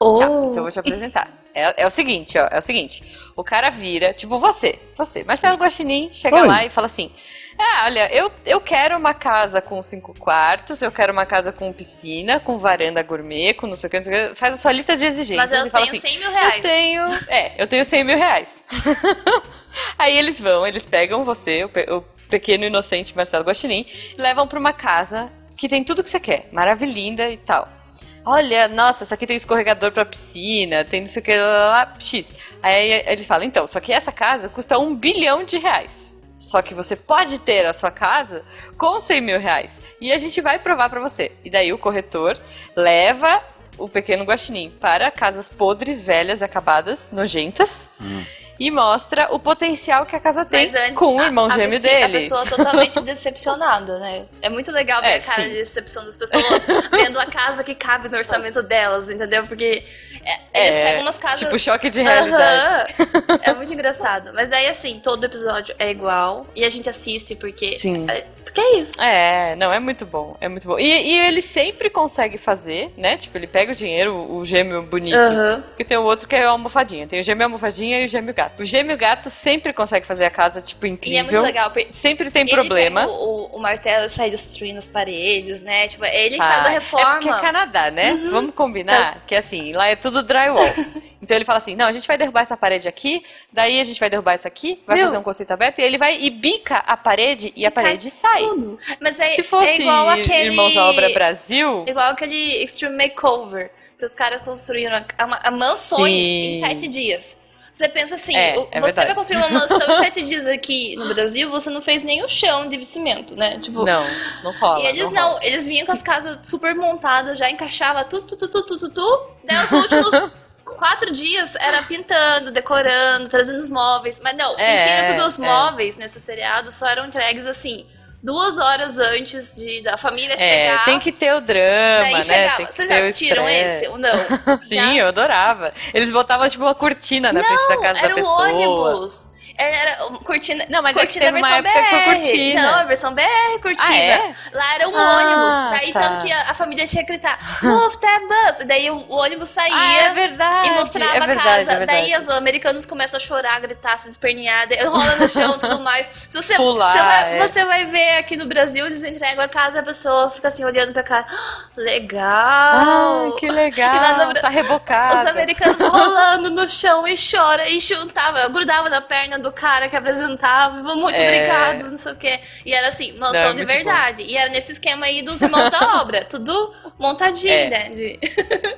Oh.
Tá, então eu vou te apresentar. É, é o seguinte, ó, é o seguinte. O cara vira, tipo você, você, Marcelo Guaxinim, chega
Oi.
lá e fala assim: Ah, olha, eu, eu quero uma casa com cinco quartos, eu quero uma casa com piscina, com varanda gourmet, com não sei o que, não sei o que. Faz a sua lista de exigências
Mas eu
e fala
tenho
assim:
100 mil
Eu
reais.
tenho. É, eu tenho 100 mil reais. Aí eles vão, eles pegam você, o, pe- o pequeno inocente Marcelo Guaxinim, e levam pra uma casa que tem tudo que você quer, maravilhinda e tal. Olha, nossa, essa aqui tem escorregador pra piscina, tem não sei o que, lá, lá, lá, X. Aí ele fala, então, só que essa casa custa um bilhão de reais. Só que você pode ter a sua casa com 100 mil reais. E a gente vai provar pra você. E daí o corretor leva o pequeno guaxinim para casas podres, velhas, acabadas, nojentas. E mostra o potencial que a casa tem
Mas antes,
com o
a-
irmão
a,
gêmeo
pessoa-
dele.
A pessoa totalmente decepcionada, né? É muito legal ver
É,
a cara
sim.
de decepção das pessoas, vendo a casa que cabe no orçamento delas, entendeu? Porque é, eles
É,
pegam umas casas...
Tipo, choque de realidade.
Aham. É muito engraçado. Mas aí, assim, todo episódio é igual. E a gente assiste porque.
Sim.
é- Porque é isso.
É, não, é muito bom, é muito bom. E, e ele sempre consegue fazer, né? Tipo, ele pega o dinheiro, o, o gêmeo bonito.
Aham.
Porque tem o outro que é a almofadinha. Tem o gêmeo almofadinha e o gêmeo gato. O gêmeo gato sempre consegue fazer a casa, tipo,
E
incrível.
é muito legal. porque
Sempre tem
ele
problema.
pega o, o- o martelo e sai destruindo as paredes, né? Tipo, é ele que
Sai.
faz a
É porque é
reforma. Uhum. Então,
Canadá, né? Vamos combinar que assim, lá é tudo drywall. então ele fala assim: não, a gente vai derrubar essa parede aqui, daí a gente vai derrubar essa aqui, vai
Meu.
fazer um conceito aberto, e ele vai e bica a parede e a
cai
parede sai.
Tudo. Mas é,
Se fosse
é igual aquele.
Irmãos à Obra Brasil,
Igual aquele Extreme Makeover, que os caras construíram a, a- a mansões
Sim.
em sete dias. Você pensa assim,
É,
o-
é
você
verdade.
vai construir uma mansão em sete dias aqui no Brasil, você não fez nem o chão de cimento, né? Tipo,
não, não rola.
e eles
rola.
não, eles vinham com as casas super montadas, já encaixava tudo, tudo, tudo, tudo, tudo. Daí né? os últimos quatro dias era pintando, decorando, trazendo os móveis. Mas não,
É,
mentira, porque os
é.
móveis nesse seriado só eram entregues assim, duas horas antes de, da família chegar.
É, tem que ter o drama,
Daí
né?
chegava.
Tem que
Vocês
ter o
assistiram
estresse.
esse ou não?
Sim, eu adorava. Eles botavam tipo uma cortina na frente da casa
era
da
um
pessoa.
ônibus. Era um- cortina.
Não, mas é que
cortina
teve uma
versão
época que foi
BR.
cortina.
Não, a versão BR, cortina.
Ah, é?
Lá era um
Ah,
ônibus. Daí
tá.
tanto que a, a família tinha que gritar: Move that bus! E daí o, o ônibus saía.
Ah, é verdade.
E mostrava
é
a
verdade,
casa.
é verdade.
Daí os americanos começam a chorar, gritar, se espernear, daí rola no chão e tudo mais. Se você,
Pular,
você, vai,
é.
você vai ver aqui no Brasil, eles entregam a casa, a pessoa fica assim olhando pra cá. "Ah, Legal!
Ai, Ah, que legal.
E lá no Bra-
Tá rebocada.
Os americanos rolando no chão e chora e chuntava, grudava na perna do cara que apresentava, muito
É.
obrigado, não sei o quê. E era assim,
Não, é
mansão de
muito
verdade. E era nesse esquema aí dos irmãos da obra, tudo montadinho,
É.
né? de-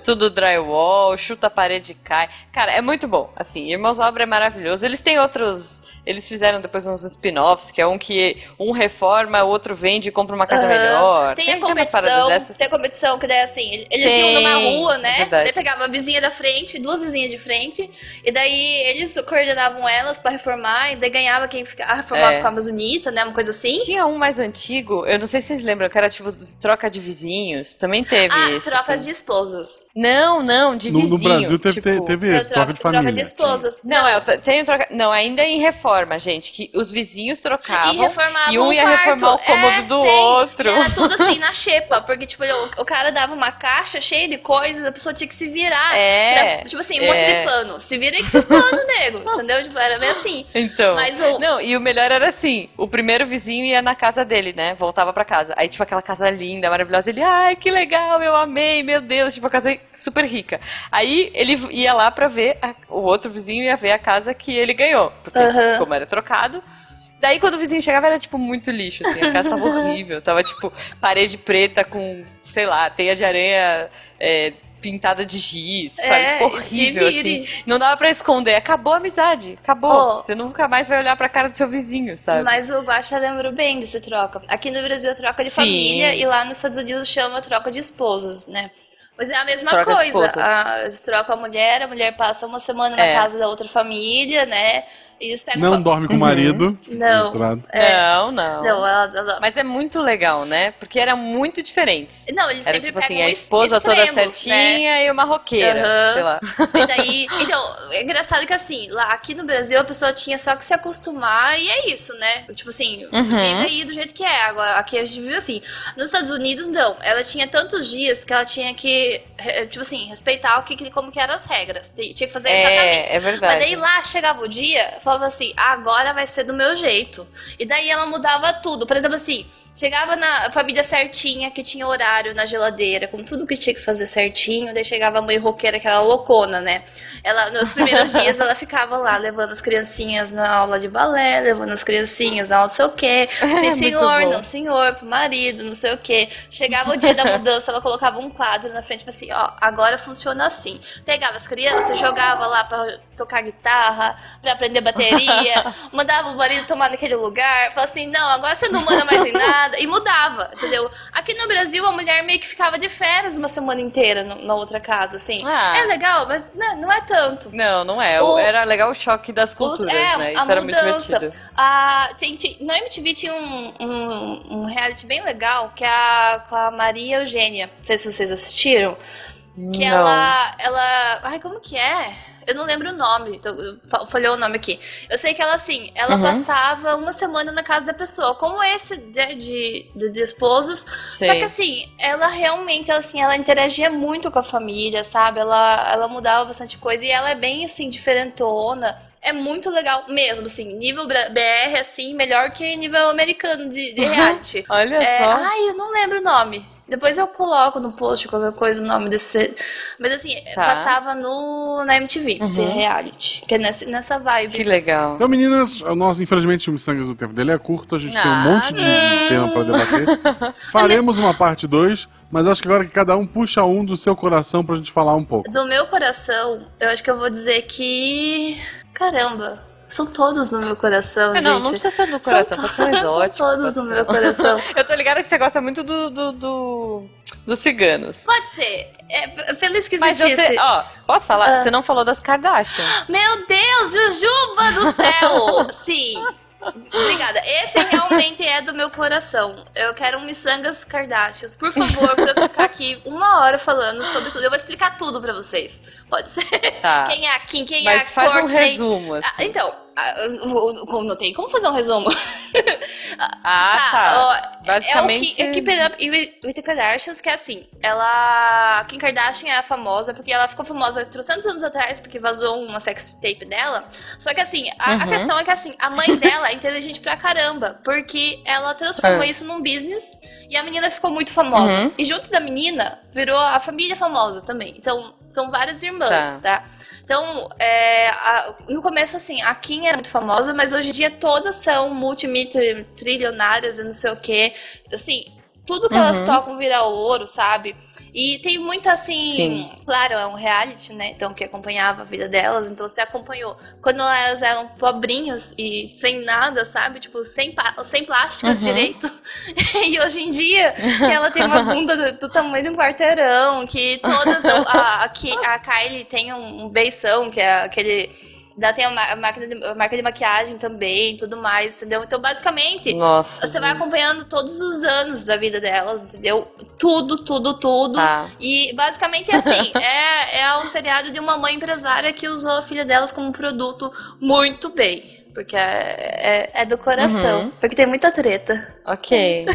Tudo drywall, chuta a parede e cai. Cara, é muito bom. Assim, Irmãos à Obra é maravilhoso. Eles têm outros. Eles fizeram depois uns spin-offs, que é um que um reforma, o outro vende e compra uma casa
Aham.
melhor.
Tem a
umas paradas
competição,
dessas.
tem a competição que daí assim, eles
Tem,
iam numa rua,
é
né?
verdade.
daí pegava a vizinha da frente, duas vizinhas de frente, e daí eles coordenavam elas pra reformar, e daí ganhava quem fica, a reformar
É.
ficava mais bonita, né? Uma coisa assim.
Tinha um mais antigo, eu não sei se vocês lembram, que era tipo troca de vizinhos. Também teve
Ah,
esse.
troca
assim.
de esposas.
Não, não, de
No,
vizinho.
no Brasil teve,
tipo-
te- teve esse, troca, de família.
Troca de esposas.
Não, é, o t- tem troca... Não, ainda em reforma, gente, que os vizinhos trocavam.
E reformava
e um
um
ia
quarto.
reformar o cômodo
É,
do
tem.
outro.
E era tudo assim na xepa, porque tipo, o, o cara dava uma caixa cheia de coisas, a pessoa tinha que se virar.
É.
Era, tipo assim, um monte
é.
de pano. Se vira aí com esses panos, nego. Entendeu? Tipo, era bem assim. assim.
Então.
Mas o-
Não, e o melhor era assim: o primeiro vizinho ia na casa dele, né? Voltava pra casa. Aí, tipo, aquela casa linda, maravilhosa. Ele, ai, que legal, eu amei, meu Deus. Tipo, a casa super rica. Aí ele v- ia lá pra ver, a- o outro vizinho ia ver a casa que ele ganhou. Porque,
Aham.
tipo, como era trocado. Daí, quando o vizinho chegava, era tipo muito lixo, assim. A casa tava horrível. Tava, tipo, parede preta com, sei lá, teia de aranha. é, pintada de giz, sabe?
É,
Tipo,
se
horrível, assim.
vire.
Não dava pra esconder. Acabou a amizade. Acabou.
Ô.
Você nunca mais vai olhar pra cara do seu vizinho, sabe?
Mas o Guaxa lembrou bem dessa troca. Aqui no Brasil é troca de
Sim.
família e lá nos Estados Unidos chama troca de esposas, né? Mas é a mesma
Troca de
coisa.
esposas.
Ah, Eles trocam a mulher, a mulher passa uma semana na
É.
casa da outra família, né? E eles pegam.
Não
fa-
dorme com o
Uhum.
marido. fica
Não.
registrado.
É.
Não, não.
Não, ela- ela-
Mas é muito legal, né? Porque eram muito diferentes.
Não, eles
Era
sempre
tipo
pegam
assim, a
os
esposa toda
extremos, né?
certinha e uma roqueira,
Aham.
sei lá.
E daí, então, é engraçado que assim, lá aqui no Brasil a pessoa tinha só que se acostumar e é isso, né? Tipo assim,
Uhum.
vive aí do jeito que é. Agora, aqui a gente vive assim. Nos Estados Unidos, não. Ela tinha tantos dias que ela tinha que, eh, tipo assim, respeitar o que, que- como que eram as regras. Te- Tinha que fazer exatamente.
É, é
Mas
verdade.
daí lá chegava o dia, falava assim, "Ah, agora vai ser do meu jeito. E daí ela mudava tudo. Por exemplo, assim, chegava na família certinha, que tinha horário na geladeira, com tudo que tinha que fazer certinho. Daí chegava a mãe roqueira, que era loucona, né? Ela, nos primeiros dias ela ficava lá, levando as criancinhas na aula de balé, levando as criancinhas a não sei o quê.
É,
Sim,
Muito
senhor,
bom.
não, senhor, pro marido, não sei o quê. Chegava o dia da mudança, ela colocava um quadro na frente, tipo assim, ó, agora funciona assim. Pegava as crianças, jogava lá pra tocar guitarra, pra aprender bateria, mandava o marido tomar naquele lugar, falava assim, não, agora você não manda mais em nada, e mudava, entendeu? Aqui no Brasil, a mulher meio que ficava de férias uma semana inteira no- na outra casa, assim.
Ah.
É legal, mas não, não é tanto.
Não, não é.
O-
Era legal o choque das culturas,
é,
né?
a
Isso era
mudança.
muito divertido.
Ah, tem, ti- na MTV tinha um, um, um reality bem legal que é a, com a Maria Eugênia. Não sei se vocês assistiram. Que
não.
ela. Ela. Ai, como que é? Eu não lembro o nome. Tô, fa- falhou o nome aqui. Eu sei que ela, assim, ela
Uhum.
passava uma semana na casa da pessoa, como esse de, de, de, de esposas.
Sei.
Só que assim, ela realmente, ela, assim, ela interagia muito com a família, sabe? Ela, ela mudava bastante coisa e ela é bem, assim, diferentona. É muito legal mesmo, assim, nível bra- BR, assim, melhor que nível americano de, de reality.
Uhum. Olha
É,
só.
ai, eu não lembro o nome. Depois eu coloco no post qualquer coisa o nome desse. Mas assim,
Tá.
passava no, na MTV, esse
Uhum.
reality. Que é nessa, nessa vibe.
Que legal.
Então, meninas, o nosso, infelizmente, o Missangas do tempo dele é curto, a gente tem um
Ah,
monte de
não.
tema pra debater. Faremos uma parte 2, mas acho que agora que cada um puxa um do seu coração pra gente falar um pouco.
Do meu coração, eu acho que eu vou dizer que. Caramba, são todos no meu coração,
É,
gente.
não, não precisa ser do coração,
são
pode ser um exótico.
são todos
pode
no
ser.
meu coração.
Eu tô ligada que você gosta muito do, do, do- dos ciganos.
Pode ser. É, feliz que
Mas
existisse.
você, ó, posso falar?
Ah.
Você não falou das Kardashians.
Meu Deus, Jujuba do céu! Sim. Obrigada. Esse realmente é do meu coração. Eu quero um miçangas Kardashians. Por favor, pra eu ficar aqui uma hora falando sobre tudo. Eu vou explicar tudo pra vocês. Pode ser.
Tá.
Quem é a Kim, quem é a
Mas faz um
Kourtney.
resumo.
Ah,
Assim.
então, ah, o- o- não tem como fazer um resumo.
Ah, tá.
ó,
Basicamente.
É o Ki- é Keeping Up with- with the Kardashians, que é assim, ela... Kim Kardashian é famosa porque ela ficou famosa 300 anos atrás porque vazou uma sex tape dela. Só que assim, a, a
Uhum.
questão é que assim, a mãe dela é inteligente pra caramba, porque ela transformou
É.
isso num business e a menina ficou muito famosa.
Uhum.
E junto da menina, virou a família famosa também. Então, são várias irmãs,
Tá.
tá? Então, é, a- no começo, assim, a Kim era muito famosa, mas hoje em dia todas são multitrilionárias e não sei o quê. Assim, tudo que elas
Uhum.
tocam vira ouro, sabe? E tem muita, assim.
Sim.
Claro, é um reality, né? Então, que acompanhava a vida delas, então você acompanhou. Quando elas eram pobrinhas e sem nada, sabe? Tipo, sem, pa- sem plásticas
Uhum.
direito. E hoje em dia, que ela tem uma bunda do, do tamanho de um quarteirão, que todas. são- A, a, Ki- a Kylie tem um, um beição, que é aquele. Ela tem a, ma- a máquina de, a marca de maquiagem também, tudo mais, entendeu? Então, basicamente,
Nossa.
você vai
gente.
acompanhando todos os anos da vida delas, entendeu? Tudo, tudo, tudo.
Tá.
E basicamente é assim, é, é um seriado de uma mãe empresária que usou a filha delas como produto muito bem. Porque é, é- é do coração.
Uhum.
Porque tem muita treta.
Ok.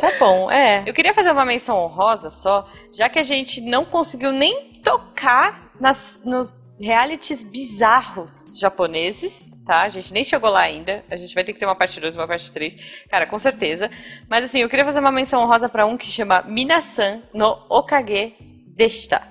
tá bom, é. Eu queria fazer uma menção honrosa só, já que a gente não conseguiu nem tocar nas, nos realities bizarros japoneses, tá? A gente nem chegou lá ainda. A gente vai ter que ter uma parte 2 uma parte 3. Cara, com certeza. Mas assim, eu queria fazer uma menção honrosa pra um que chama Minasan no Okage Deshita.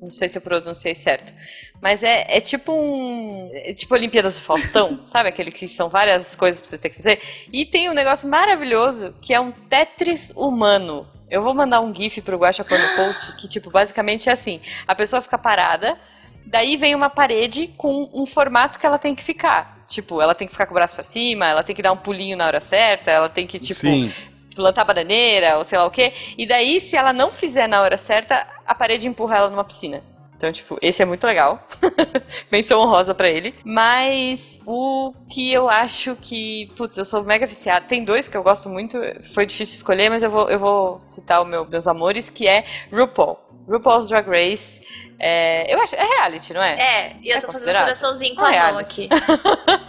Não sei se eu pronunciei certo. Mas é, é tipo um. É tipo Olimpíadas do Faustão, sabe? Aquele que são várias coisas pra você ter que fazer. E tem um negócio maravilhoso que é um Tetris humano. Eu vou mandar um GIF pro Guacha pôr no post, que, tipo, basicamente é assim: a pessoa fica parada, daí vem uma parede com um formato que ela tem que ficar. Tipo, ela tem que ficar com o braço pra cima, ela tem que dar um pulinho na hora certa, ela tem que, tipo,
Sim.
plantar bananeira ou sei lá o quê. E daí, se ela não fizer na hora certa, a parede empurra ela numa piscina. Então, tipo, esse é muito legal. Menção honrosa pra ele. Mas o que eu acho que. Putz, eu sou mega viciada. Tem dois que eu gosto muito. Foi difícil escolher, mas eu vou, eu vou citar o meu, meus amores, que é RuPaul. RuPaul's Drag Race. É, eu acho. É reality, não
É, e eu
É
tô fazendo um
considerado?
coraçãozinho com
Não
a
é
mão
reality.
aqui.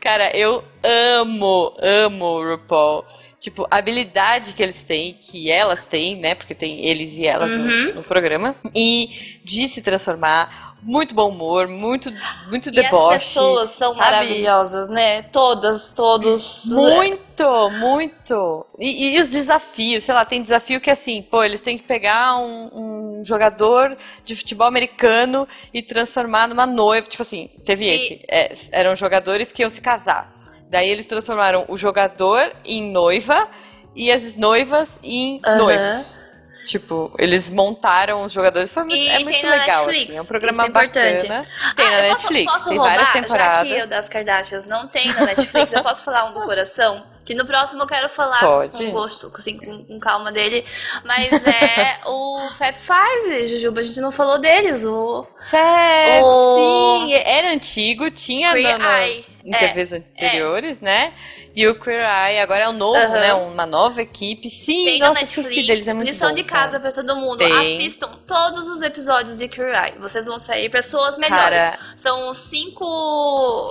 Cara, eu amo, amo o RuPaul. Tipo, a habilidade que eles têm, que elas têm, né? Porque tem eles e elas no-
Uhum.
no, programa. E de se transformar. Muito bom humor, muito, muito
E
deboche.
as pessoas são
sabe?
maravilhosas, né? Todas, todos.
Muito, muito. E, e os desafios, sei lá, tem desafio que é assim, pô, eles têm que pegar um, um jogador de futebol americano e transformar numa noiva. Tipo assim, teve
E-
esse. É, eram jogadores que iam se casar. Daí eles transformaram o jogador em noiva e as noivas em
Aham.
noivos. Tipo, eles montaram os jogadores. Foi muito,
E
é
tem
muito
na
legal.
Netflix,
assim, é um programa
isso é importante.
bacana. Tem na
Ah, eu posso-
Netflix.
Posso
tem
roubar,
várias
já
temporadas.
que o das Kardashians não tem na Netflix, eu posso falar um do coração? Que no próximo eu quero falar
Pode.
com gosto, assim, com, com calma dele. Mas é o Fab Five, Jujuba, a gente não falou deles. O
Feb,
O-
sim, era antigo, tinha
Queer
no, no-
Eye.
em
É,
TVs anteriores, né? E o Queer Eye agora é um novo,
Aham.
né? Uma nova equipe. Sim,
Tem
nossa,
na
esqueci
Netflix.
deles, é muito
lição
bom,
de
cara.
casa pra todo mundo.
Tem.
Assistam todos os episódios de Queer Eye. Vocês vão sair pessoas melhores.
Cara.
São cinco,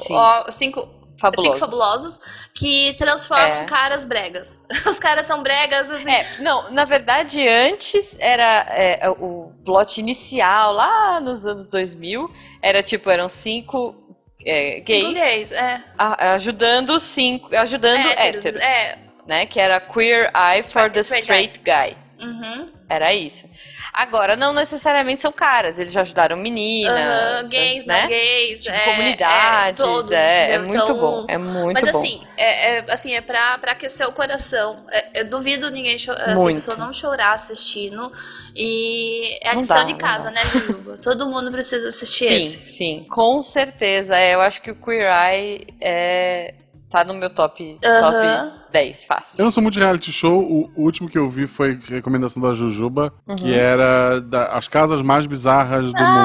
Sim.
ó, cinco
Fabulosos.
cinco fabulosos que transformam
É.
caras bregas. Os caras são bregas, assim.
É, não, na verdade, antes era é, o plot inicial, lá nos anos 2000, era tipo, eram cinco é, gays,
Cinco gays, é.
a- ajudando cinco, ajudando héteros,
Héteros, é.
né? Que era Queer Eye for the
Straight
Straight Guy.
Uhum.
Era isso. Agora, não necessariamente são caras, eles já ajudaram meninas,
Aham, gays,
né?
não gays,
Tipo,
é,
comunidades,
é, todos,
é, é
entendeu?
muito
Então,
bom, é muito
Mas
bom.
assim, é, é- assim, é pra, pra aquecer o coração. É, eu duvido ninguém cho- essa
Muito.
pessoa não chorar assistindo. E é a
Não
lição
dá,
de
não
casa,
dá.
né, Jujuba? Todo mundo precisa assistir
sim,
esse.
sim, com certeza. É, eu acho que o Queer Eye é, tá no meu top,
Aham.
top 10,
Eu
fácil.
não sou muito de reality show, o último que eu vi foi recomendação da Jujuba, que era da- As Casas Mais Bizarras do Mundo.
Uhum.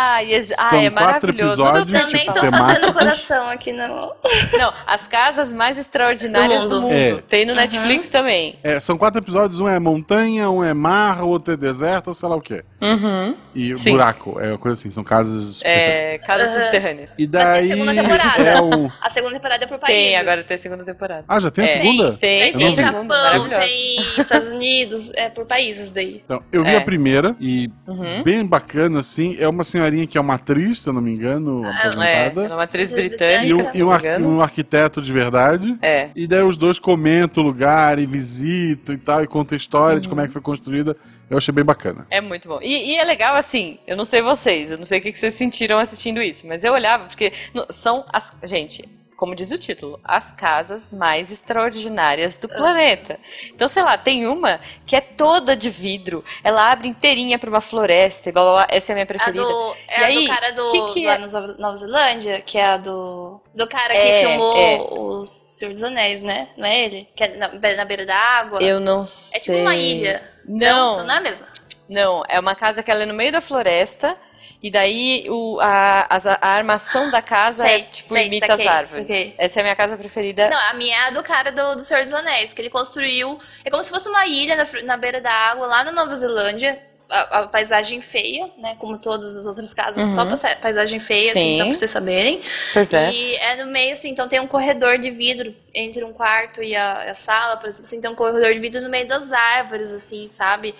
Ah, e ex- ah,
São
é
quatro
maravilhoso.
episódios,
Tudo
Também
tipo,
tô
tem-
temáticos.
fazendo coração aqui no.
tipo, Não, as casas mais extraordinárias
Do
do
mundo.
mundo.
É.
Tem no Netflix também.
É, são quatro episódios, um é montanha, um é mar, o outro é deserto, ou sei lá o quê.
Uhum.
E
Sim.
buraco, é uma coisa assim, são casas...
É, casas
Aham.
subterrâneas.
E
Mas
daí
tem segunda temporada.
é o...
A segunda temporada é por países.
Tem, agora tem a segunda temporada.
Ah, já tem a
É.
segunda?
Tem,
Aí
Eu
tem
não vi.
Japão,
Maravilhosa.
tem Estados Unidos, é por países daí.
Então, eu vi
É.
a primeira e
Uhum.
bem bacana, assim. É uma senhorinha que é uma atriz, se eu não me engano,
É,
aposentada.
ela é uma atriz
Atriz
britânica,
e um,
se
e um
não me
ar-
engano.
um arquiteto de verdade.
É.
E daí os dois comentam o lugar e visitam e tal, e contam a história de como é que foi construída. Eu achei bem bacana.
É muito bom. E, e é legal, assim, eu não sei vocês, eu não sei o que, que vocês sentiram assistindo isso, mas eu olhava, porque no- são as. Gente, como diz o título, as casas mais extraordinárias
Ah.
do planeta. Então, sei lá, tem uma que é toda de vidro, ela abre inteirinha pra uma floresta e blá blá blá. Essa é a minha
A
preferida.
do, é
E
a
aí,
do cara do,
que que
lá
é?
na Nova- Nova Zelândia, que é a do. Do cara que
É,
filmou
é.
o Senhor dos Anéis, né? Não é ele? Que é na, be- na beira da água.
Eu não
é
sei.
tipo uma ilha.
Não,
então não é a mesma.
Não, é uma casa que ela é no meio da floresta, e daí o- a, as- a armação da casa é
Sei,
tipo
sei,
imita
saquei,
as árvores.
saquei.
Essa é a minha casa preferida.
Não, a minha é a do cara do, do Senhor dos Anéis, que ele construiu. É como se fosse uma ilha na, fr- na beira da água, lá na Nova Zelândia. A, a paisagem feia, né? Como todas as outras casas,
Uhum.
só passa- paisagem feia, assim,
Sim.
só pra vocês saberem.
Pois é.
E é no meio, assim, então tem um corredor de vidro entre um quarto e a, a sala, por exemplo, assim, tem um corredor de vidro no meio das árvores, assim, sabe?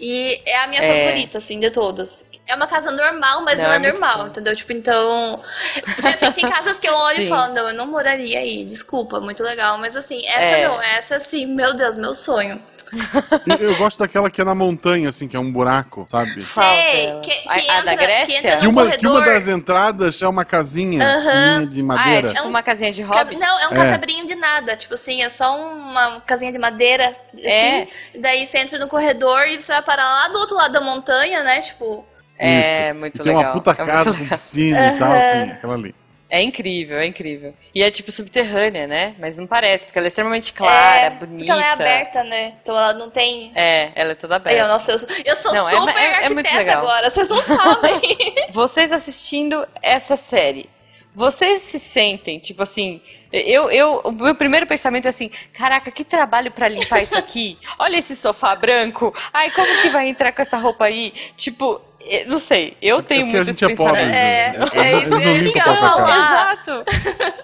E é a minha
É.
favorita, assim, de todas. É uma casa normal, mas não,
Não,
é,
é muito
normal,
bom.
entendeu? Tipo, então. Porque assim, tem casas que eu olho e
Sim.
falo, não, eu não moraria aí, desculpa, muito legal. Mas assim, essa
É.
não, essa assim, meu Deus, meu sonho.
E Eu gosto daquela que é na montanha, assim, que é um buraco, sabe?
Qual
Sei,
delas?
que, que
A- a da
entra, que
Grécia?
entra
Que
no
uma, que uma
corredor.
das entradas é uma casinha
Aham.
pequenininha de
Ah, é
madeira.
tipo
um-
uma casinha de
Casa-
hobbit?
Não, é um
É.
casabrinho de nada. Tipo assim, é só uma casinha de madeira.
É.
Assim, Daí você entra no corredor e você vai parar lá do outro lado da montanha, né? Tipo,
É,
Isso.
muito
e tem uma
legal.
puta
é muito
casa
legal.
com piscina e tal, assim, aquela ali.
É incrível, é incrível. E é tipo subterrânea, né? Mas não parece, porque ela é extremamente clara,
é,
bonita.
Porque ela é aberta, né? Então ela não tem.
É, ela é toda
Eu,
aberta.
nossa, eu sou, eu sou
Não, é-
super
é- é muito
arquiteta
legal.
agora, vocês não sabem.
Vocês assistindo essa série, vocês se sentem, tipo assim, eu, eu, o meu primeiro pensamento é assim, caraca, que trabalho pra limpar isso aqui. Olha esse sofá branco. Ai, como que vai entrar com essa roupa aí? Tipo, eh, não sei, eu
É
tenho
porque a
muito
gente
esse
é pobre,
pensamento.
Júlia.
É, é
Eu
isso-
não
é
vim
isso que
com
eu ia
essa cara.
falar.
Exato.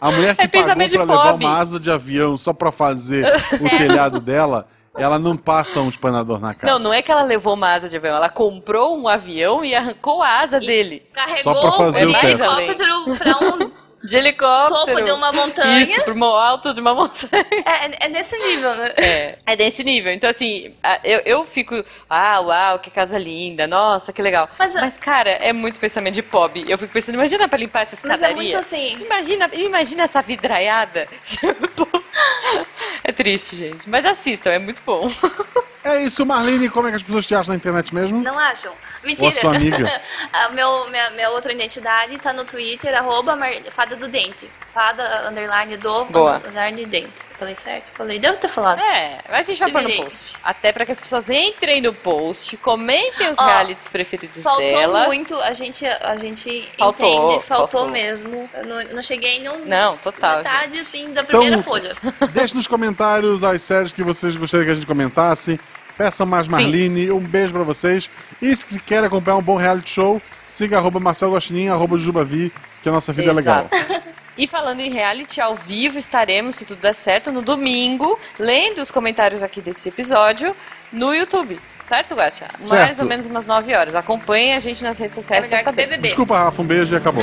A mulher que pagou pra
É pensamento de
levar
pobre.
uma asa de avião só pra fazer o telhado dela, ela não passa um espanador na casa.
Não, não é que ela levou uma asa de avião, ela comprou um avião e arrancou a asa dele.
Carregou
pra fazer
um
o teto.
helicóptero pra um
De helicóptero.
topo de uma montanha.
Isso, pro mo- alto de uma montanha.
É, é nesse nível, né?
É, é desse nível. Então, assim, a- eu, eu fico, ah, uau, que casa linda, nossa, que legal.
Mas
Mas,
a-
cara, é muito pensamento de pobre. Eu fico pensando, imagina pra limpar essa
Mas é
escadaria.
muito assim.
Imagina, imagina essa vidraiada. Tipo, é triste, gente. Mas assistam, é muito bom.
É isso, Marlene, como é que as pessoas te acham na internet mesmo?
Não acham?
Ou
Mentira.
a sua amiga?
Ah, meu, minha, minha outra identidade tá no Twitter, arroba Mar- Fada do Dente. Fada, underline do,
Boa.
underline dente. Falei certo? Falei, devo ter falado.
É, mas a gente vai
Se
pôr no
virem.
post. Até pra que as pessoas entrem no post, comentem os
Ó,
realities preferidos
Faltou
delas.
muito, a gente, a gente
Faltou,
entende, faltou,
faltou.
mesmo. Eu não, eu não cheguei nem um
Não, tá. total. gente.
metade, assim, da primeira
Então,
folha.
Deixe nos comentários as séries que vocês gostariam que a gente comentasse. Peça mais
Sim.
Marlene, um beijo pra vocês. E se quer acompanhar um bom reality show, siga arroba Marcelo Gostinin, arroba Jujubavi, que a nossa vida é legal.
Exato. E falando em reality, ao vivo estaremos, se tudo der certo, no domingo, lendo os comentários aqui desse episódio, no YouTube. Certo, Guaxa? Mais
Certo.
ou menos umas 9 horas. Acompanhe a gente nas redes
É
sociais
melhor
pra
que
saber.
BBB.
Desculpa, Rafa, um beijo e acabou.